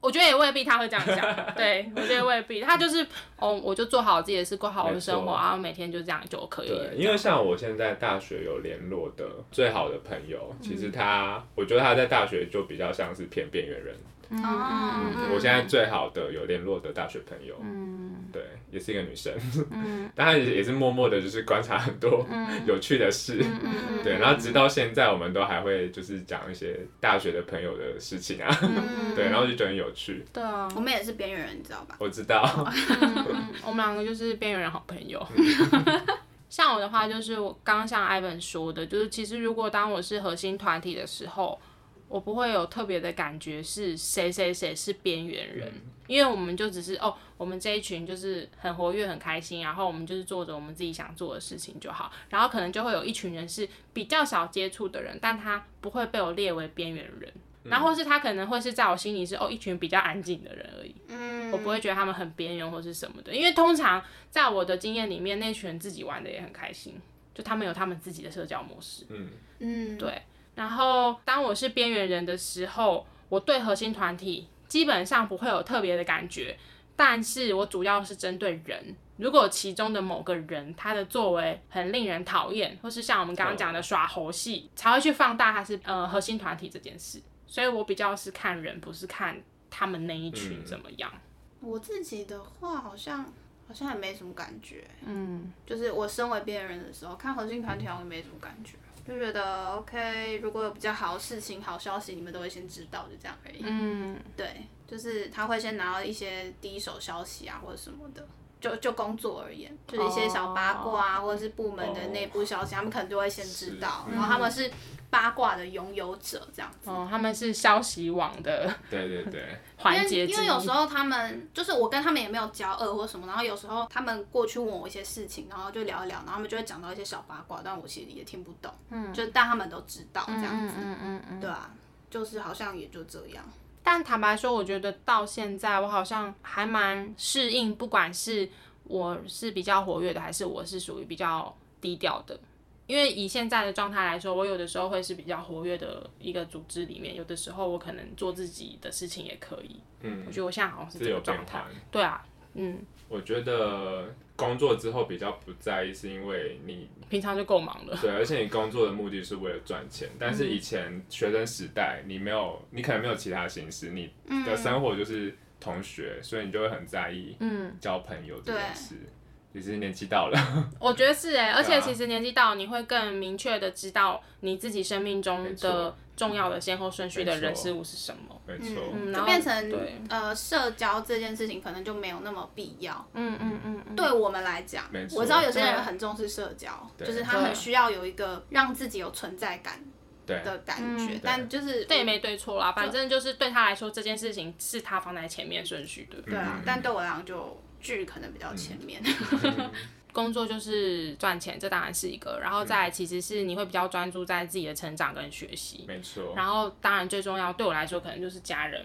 [SPEAKER 1] 我觉得也未必他会这样想，对我觉得未必，他就是哦，我就做好自己的事，过好我的生
[SPEAKER 3] 没
[SPEAKER 1] 活，
[SPEAKER 3] 错
[SPEAKER 1] 然后每天就这样就可以了
[SPEAKER 3] 对，。因为像我现在大学有联络的最好的朋友，其
[SPEAKER 1] 嗯
[SPEAKER 3] 实他，我觉得他在大学就比较像是偏边缘人。
[SPEAKER 1] 嗯
[SPEAKER 2] 嗯嗯
[SPEAKER 3] 我现在最好的有联络的大学朋友，
[SPEAKER 1] 嗯
[SPEAKER 3] 对，也是一个女生，
[SPEAKER 1] 嗯
[SPEAKER 3] 但她也也是默默的，就是观察很多有趣的事。
[SPEAKER 1] 嗯嗯
[SPEAKER 3] 对，然后直到现在，我们都还会就是讲一些大学的朋友的事情啊，
[SPEAKER 2] 嗯
[SPEAKER 3] 对，然后就觉得很有趣。
[SPEAKER 1] 对啊，
[SPEAKER 2] 我们也是边缘人，你知道吧？
[SPEAKER 3] 我知
[SPEAKER 1] 哦
[SPEAKER 3] 道，
[SPEAKER 1] 我们两个就是边缘人好朋友。 像我的话，就是我刚刚像 Ivan 说的，就是其实如果当我是核心团体的时候，我不会有特别的感觉是谁谁谁是边缘人，因为我们就只是哦，我们这一群就是很活跃、很开心，然后我们就是做着我们自己想做的事情就好。然后可能就会有一群人是比较少接触的人，但他不会被我列为边缘人。然后或是他可能会是在我心里是哦一群比较安静的人而已，
[SPEAKER 2] 嗯
[SPEAKER 1] 我不会觉得他们很边缘或是什么的，因为通常在我的经验里面，那群人自己玩的也很开心，就他们有他们自己的社交模式。
[SPEAKER 3] 嗯，
[SPEAKER 2] 嗯，
[SPEAKER 1] 对，然后当我是边缘人的时候，我对核心团体基本上不会有特别的感觉，但是我主要是针对人。如果其中的某个人他的作为很令人讨厌，或是像我们刚刚讲的耍猴戏，才会去放大他是呃核心团体这件事。所以我比较是看人，不是看他们那一群
[SPEAKER 3] 嗯
[SPEAKER 1] 怎么样。
[SPEAKER 2] 我自己的话，好像好像也没什么感觉。
[SPEAKER 1] 嗯，
[SPEAKER 2] 就是我身为边缘人的时候，看核心团体好像也没什么感觉，就觉得 OK，如果有比较好的事情、好消息，你们都会先知道，就这样而已。
[SPEAKER 1] 嗯，
[SPEAKER 2] 对，就是他会先拿到一些第一手消息啊，或者什么的。就就工作而言，就是一些小八卦
[SPEAKER 1] 哦
[SPEAKER 2] 啊或者是部门的内部消息他们可能就会先知道，
[SPEAKER 3] 是
[SPEAKER 2] 然后他们是八卦的拥有者这样子。
[SPEAKER 1] 哦，他们是消息网的
[SPEAKER 3] 对对 对，
[SPEAKER 1] 环
[SPEAKER 2] 因
[SPEAKER 1] 节
[SPEAKER 2] 为
[SPEAKER 1] 之
[SPEAKER 2] 因
[SPEAKER 1] 一。
[SPEAKER 2] 为有时候他们就是我跟他们也没有交恶或什么，然后有时候他们过去问我一些事情，然后就聊一聊，然后他们就会讲到一些小八卦，但我其实也听不懂，嗯，就但他们都知道这样子，
[SPEAKER 1] 嗯嗯嗯。
[SPEAKER 2] 对啊，就是好像也就这样，
[SPEAKER 1] 但坦白说，我觉得到现在我好像还蛮适应，不管是我是比较活跃的，还是我是属于比较低调的。因为以现在的状态来说，我有的时候会是比较活跃的一个组织里面，有的时候我可能做自己的事情也可以。
[SPEAKER 3] 嗯
[SPEAKER 1] 我，觉得我现在好像是
[SPEAKER 3] 自
[SPEAKER 1] 这个
[SPEAKER 3] 由变
[SPEAKER 1] 状态
[SPEAKER 3] 换。。
[SPEAKER 1] 对啊，嗯，
[SPEAKER 3] 我觉得工作之后比较不在意，是因为 你
[SPEAKER 1] 平常就够忙了。
[SPEAKER 3] 对，而且你工作的目的是为了赚钱，但是以前学生时代，你没有，你可能没有其他形式，你
[SPEAKER 2] 嗯
[SPEAKER 3] 的生活就是同学，所以你就会很在意
[SPEAKER 1] 嗯，
[SPEAKER 3] 交朋友这
[SPEAKER 2] 对
[SPEAKER 3] 件事。其实年纪到了，
[SPEAKER 1] 我觉得是哎、而且
[SPEAKER 3] 对啊
[SPEAKER 1] 其实年纪到，你会更明确的知道你自己生命
[SPEAKER 3] 没
[SPEAKER 1] 中
[SPEAKER 3] 错
[SPEAKER 1] 的重要的先后顺序的
[SPEAKER 3] 没错
[SPEAKER 1] 人事物是什么。
[SPEAKER 3] 没错，
[SPEAKER 1] 嗯然
[SPEAKER 2] 就
[SPEAKER 1] 后
[SPEAKER 2] 变成
[SPEAKER 1] 对
[SPEAKER 2] 呃社交这件事情可能就没有那么必要，
[SPEAKER 1] 嗯嗯嗯嗯，
[SPEAKER 2] 对我们来讲
[SPEAKER 3] 没，错
[SPEAKER 2] 我知道有些人
[SPEAKER 1] 对
[SPEAKER 2] 很重视社交，
[SPEAKER 3] 对
[SPEAKER 2] 就是他
[SPEAKER 1] 对
[SPEAKER 2] 很需要有一个让自己有存在感
[SPEAKER 3] 对
[SPEAKER 2] 的感觉
[SPEAKER 1] 嗯，
[SPEAKER 2] 但就是
[SPEAKER 1] 这也没对错啦，反正就是对他来说，这件事情是他放在前面顺序的。
[SPEAKER 2] 对啊
[SPEAKER 3] 嗯，
[SPEAKER 2] 但对我来讲就剧可能比较前面。
[SPEAKER 1] 工作就是赚钱，这当然是一个，然后再来其实是你会比较专注在自己的成长跟学习，
[SPEAKER 3] 没错，
[SPEAKER 1] 然后当然最重要对我来说可能就是家人，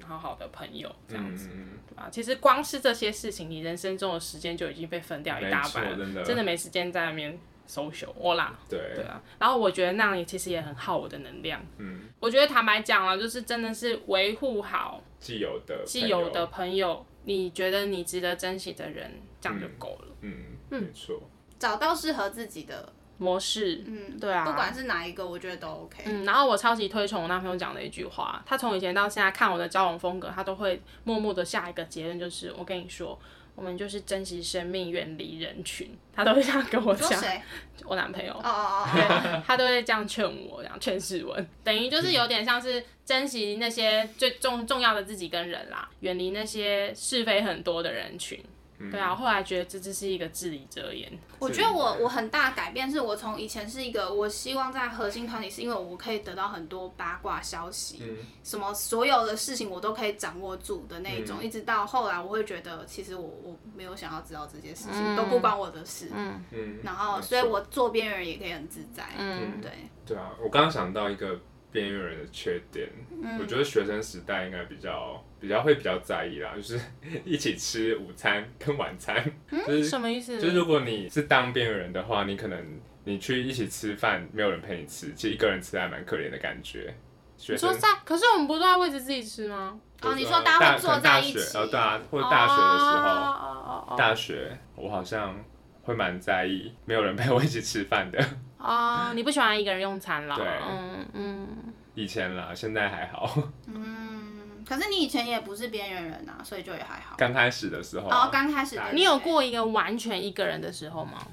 [SPEAKER 1] 然后好的朋友这样子。
[SPEAKER 3] 嗯嗯
[SPEAKER 1] 对吧？啊其实光是这些事情，你人生中的时间就已经被分掉一大半
[SPEAKER 3] 没错
[SPEAKER 1] 了，
[SPEAKER 3] 真的
[SPEAKER 1] 没时间在那边 social 我啦。
[SPEAKER 3] 嗯，对，
[SPEAKER 1] 对啊，然后我觉得那样也其实也很耗我的能量。
[SPEAKER 3] 嗯，
[SPEAKER 1] 我觉得坦白讲了，就是真的是维护好
[SPEAKER 3] 既有的
[SPEAKER 1] 既
[SPEAKER 3] 朋
[SPEAKER 1] 有
[SPEAKER 3] 友
[SPEAKER 1] 的，朋友，你觉得你值得珍惜的人，这样就够了。
[SPEAKER 3] 嗯，没错，
[SPEAKER 2] 找到适合自己的，
[SPEAKER 1] 模式，
[SPEAKER 2] 嗯，
[SPEAKER 1] 对啊，
[SPEAKER 2] 不管是哪一个，我觉得都 OK。
[SPEAKER 1] 嗯，然后我超级推崇我男朋友讲的一句话，他从以前到现在看我的交往风格，他都会默默的下一个结论就是，我跟你说，我们就是珍惜生命，远离人群，他都会这样跟我
[SPEAKER 2] 你说
[SPEAKER 1] 讲。
[SPEAKER 2] 谁？
[SPEAKER 1] 我男朋友，
[SPEAKER 2] 哦哦哦哦，
[SPEAKER 1] 他都会这样劝我，这样劝世文，等于就是有点像是珍惜那些最重重要的自己跟人啦，远离那些是非很多的人群。
[SPEAKER 3] 嗯
[SPEAKER 1] 对啊，后来觉得这只是一个至理遮掩。
[SPEAKER 2] 我觉得我我很大的改变是我从以前是一个，我希望在核心团体，是因为我可以得到很多八卦消息，
[SPEAKER 3] 嗯
[SPEAKER 2] 什么所有的事情我都可以掌握住的那一种，
[SPEAKER 3] 嗯
[SPEAKER 2] 一直到后来我会觉得，其实我我没有想要知道这些事情，
[SPEAKER 1] 嗯
[SPEAKER 2] 都不关我的事。
[SPEAKER 3] 嗯，
[SPEAKER 2] 然后，
[SPEAKER 3] 没
[SPEAKER 2] 所以
[SPEAKER 3] 错
[SPEAKER 2] 我做边缘人也可以很自在。
[SPEAKER 1] 嗯
[SPEAKER 2] 对，
[SPEAKER 3] 对啊，我刚刚想到一个边缘人的缺点，
[SPEAKER 1] 嗯
[SPEAKER 3] 我觉得学生时代应该比较比较会比较在意啦，就是 一起吃午餐跟晚餐，
[SPEAKER 1] 嗯
[SPEAKER 3] 就是
[SPEAKER 1] 什么意思？
[SPEAKER 3] 就是如果你是当边缘人的话，你可能你去一起吃饭，没有人陪你吃，其实一个人吃还蛮可怜的感觉。学
[SPEAKER 1] 你说
[SPEAKER 3] 生
[SPEAKER 1] 在，可是我们不是在位置自己吃吗？
[SPEAKER 2] 哦，你
[SPEAKER 3] 就是
[SPEAKER 2] 说大家会
[SPEAKER 3] 大
[SPEAKER 2] 坐
[SPEAKER 3] 可能大
[SPEAKER 2] 在一
[SPEAKER 3] 学
[SPEAKER 2] 起，
[SPEAKER 3] 呃，对啊，或者大学的时候，
[SPEAKER 1] 哦哦哦
[SPEAKER 3] 大学我好像会蛮在意没有人陪我一起吃饭的，
[SPEAKER 1] 哦哦，你不喜欢一个人用餐啦？
[SPEAKER 3] 对
[SPEAKER 1] 嗯嗯，
[SPEAKER 3] 以前啦，现在还好，
[SPEAKER 2] 嗯，可是你以前也不是边缘人啊，所以就也还好。
[SPEAKER 3] 刚开始的时候啊、
[SPEAKER 2] 哦，刚开始的
[SPEAKER 1] 你有过一个完全一个人的时候吗？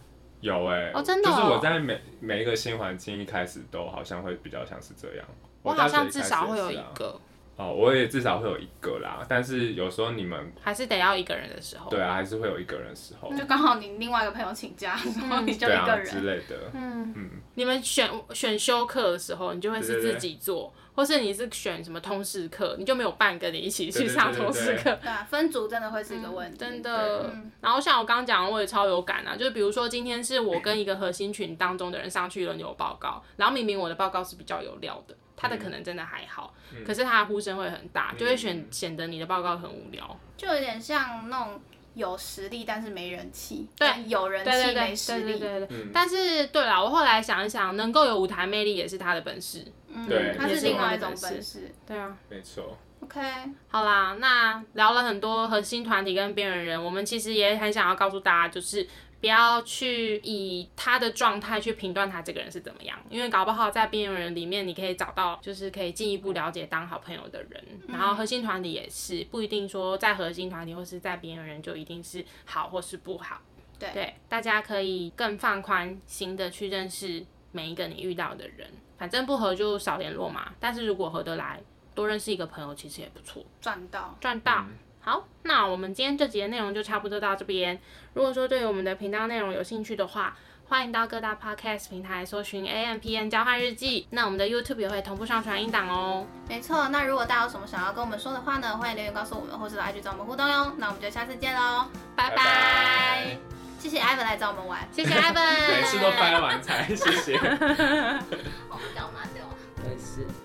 [SPEAKER 3] 有哎、
[SPEAKER 1] 哦真的哦
[SPEAKER 3] 就是我在每每一个新环境一开始都好像会比较像是这样，
[SPEAKER 1] 我
[SPEAKER 3] 大
[SPEAKER 1] 好
[SPEAKER 3] 学
[SPEAKER 1] 像
[SPEAKER 3] 一
[SPEAKER 1] 至
[SPEAKER 3] 开始
[SPEAKER 1] 少
[SPEAKER 3] 也
[SPEAKER 1] 会有
[SPEAKER 3] 是
[SPEAKER 1] 一
[SPEAKER 3] 啊
[SPEAKER 1] 个，
[SPEAKER 3] 哦，我也至少会有一个啦，但是有时候你们
[SPEAKER 1] 还是得要一个人的时候。
[SPEAKER 3] 对啊，还是会有一个人的时候，
[SPEAKER 2] 就刚好你另外一个朋友请假，然后你就
[SPEAKER 3] 对
[SPEAKER 2] 一个
[SPEAKER 3] 啊之
[SPEAKER 2] 人。
[SPEAKER 3] 类的，
[SPEAKER 1] 嗯
[SPEAKER 3] 嗯，
[SPEAKER 1] 你们选选修课的时候，你就会是
[SPEAKER 3] 对对对
[SPEAKER 1] 自己做，或是你是选什么通识课，你就没有伴跟你一起
[SPEAKER 3] 对
[SPEAKER 1] 去
[SPEAKER 3] 对对
[SPEAKER 1] 上
[SPEAKER 3] 对
[SPEAKER 1] 通识
[SPEAKER 3] 对
[SPEAKER 1] 课。
[SPEAKER 2] 对啊，分组真的会是一个问题。
[SPEAKER 1] 嗯真的，然后像我刚刚讲，我也超有感啊。就是比如说，今天是我跟一个核心群当中的人上去轮流报告，然后明明我的报告是比较有料的，他的可能真的还好，可是他的呼声会很大，就会显显得你的报告很无聊。
[SPEAKER 2] 就有点像那种有实力但是没人气，
[SPEAKER 1] 对
[SPEAKER 2] 跟有人
[SPEAKER 1] 对对
[SPEAKER 2] 气
[SPEAKER 1] 对
[SPEAKER 2] 没
[SPEAKER 1] 对
[SPEAKER 2] 实
[SPEAKER 1] 对
[SPEAKER 2] 力。
[SPEAKER 1] 对对。但是对啦，我后来想一想，能够有舞台魅力也是他的本事。
[SPEAKER 2] 嗯
[SPEAKER 3] 对
[SPEAKER 2] 它是
[SPEAKER 3] 没错
[SPEAKER 2] 另外一种本事。
[SPEAKER 1] 对啊，
[SPEAKER 3] 没错，
[SPEAKER 2] OK，
[SPEAKER 1] 好啦，那聊了很多核心团体跟边缘人，我们其实也很想要告诉大家，就是不要去以他的状态去评断他这个人是怎么样，因为搞不好在边缘人里面，你可以找到就是可以进一步了解当好朋友的人。然后核心团体也是，不一定说在核心团体或是在边缘人就一定是好或是不好。
[SPEAKER 2] 对
[SPEAKER 1] 大家可以更放宽心的去认识每一个你遇到的人，反正不合就少联络嘛。但是如果合得来，多认识一个朋友其实也不错。
[SPEAKER 2] 赚到，
[SPEAKER 1] 赚到。好，那我们今天这集的内容就差不多到这边。如果说对于我们的频道内容有兴趣的话，欢迎到各大 podcast 平台搜寻 A M P N 交换日记。那我们的 YouTube 也会同步上传音档哦。
[SPEAKER 2] 没错。那如果大家有什么想要跟我们说的话呢，欢迎留言告诉我们，或是来 IG 找我们互动哟。那我们就下次见喽，
[SPEAKER 1] 拜
[SPEAKER 3] 拜
[SPEAKER 1] 拜
[SPEAKER 3] 拜，
[SPEAKER 2] 谢谢 Ivan 来找我们玩，
[SPEAKER 1] 谢谢 Evan，
[SPEAKER 3] 每次都掰完才，谢谢。
[SPEAKER 2] 我们干嘛对
[SPEAKER 1] 真是。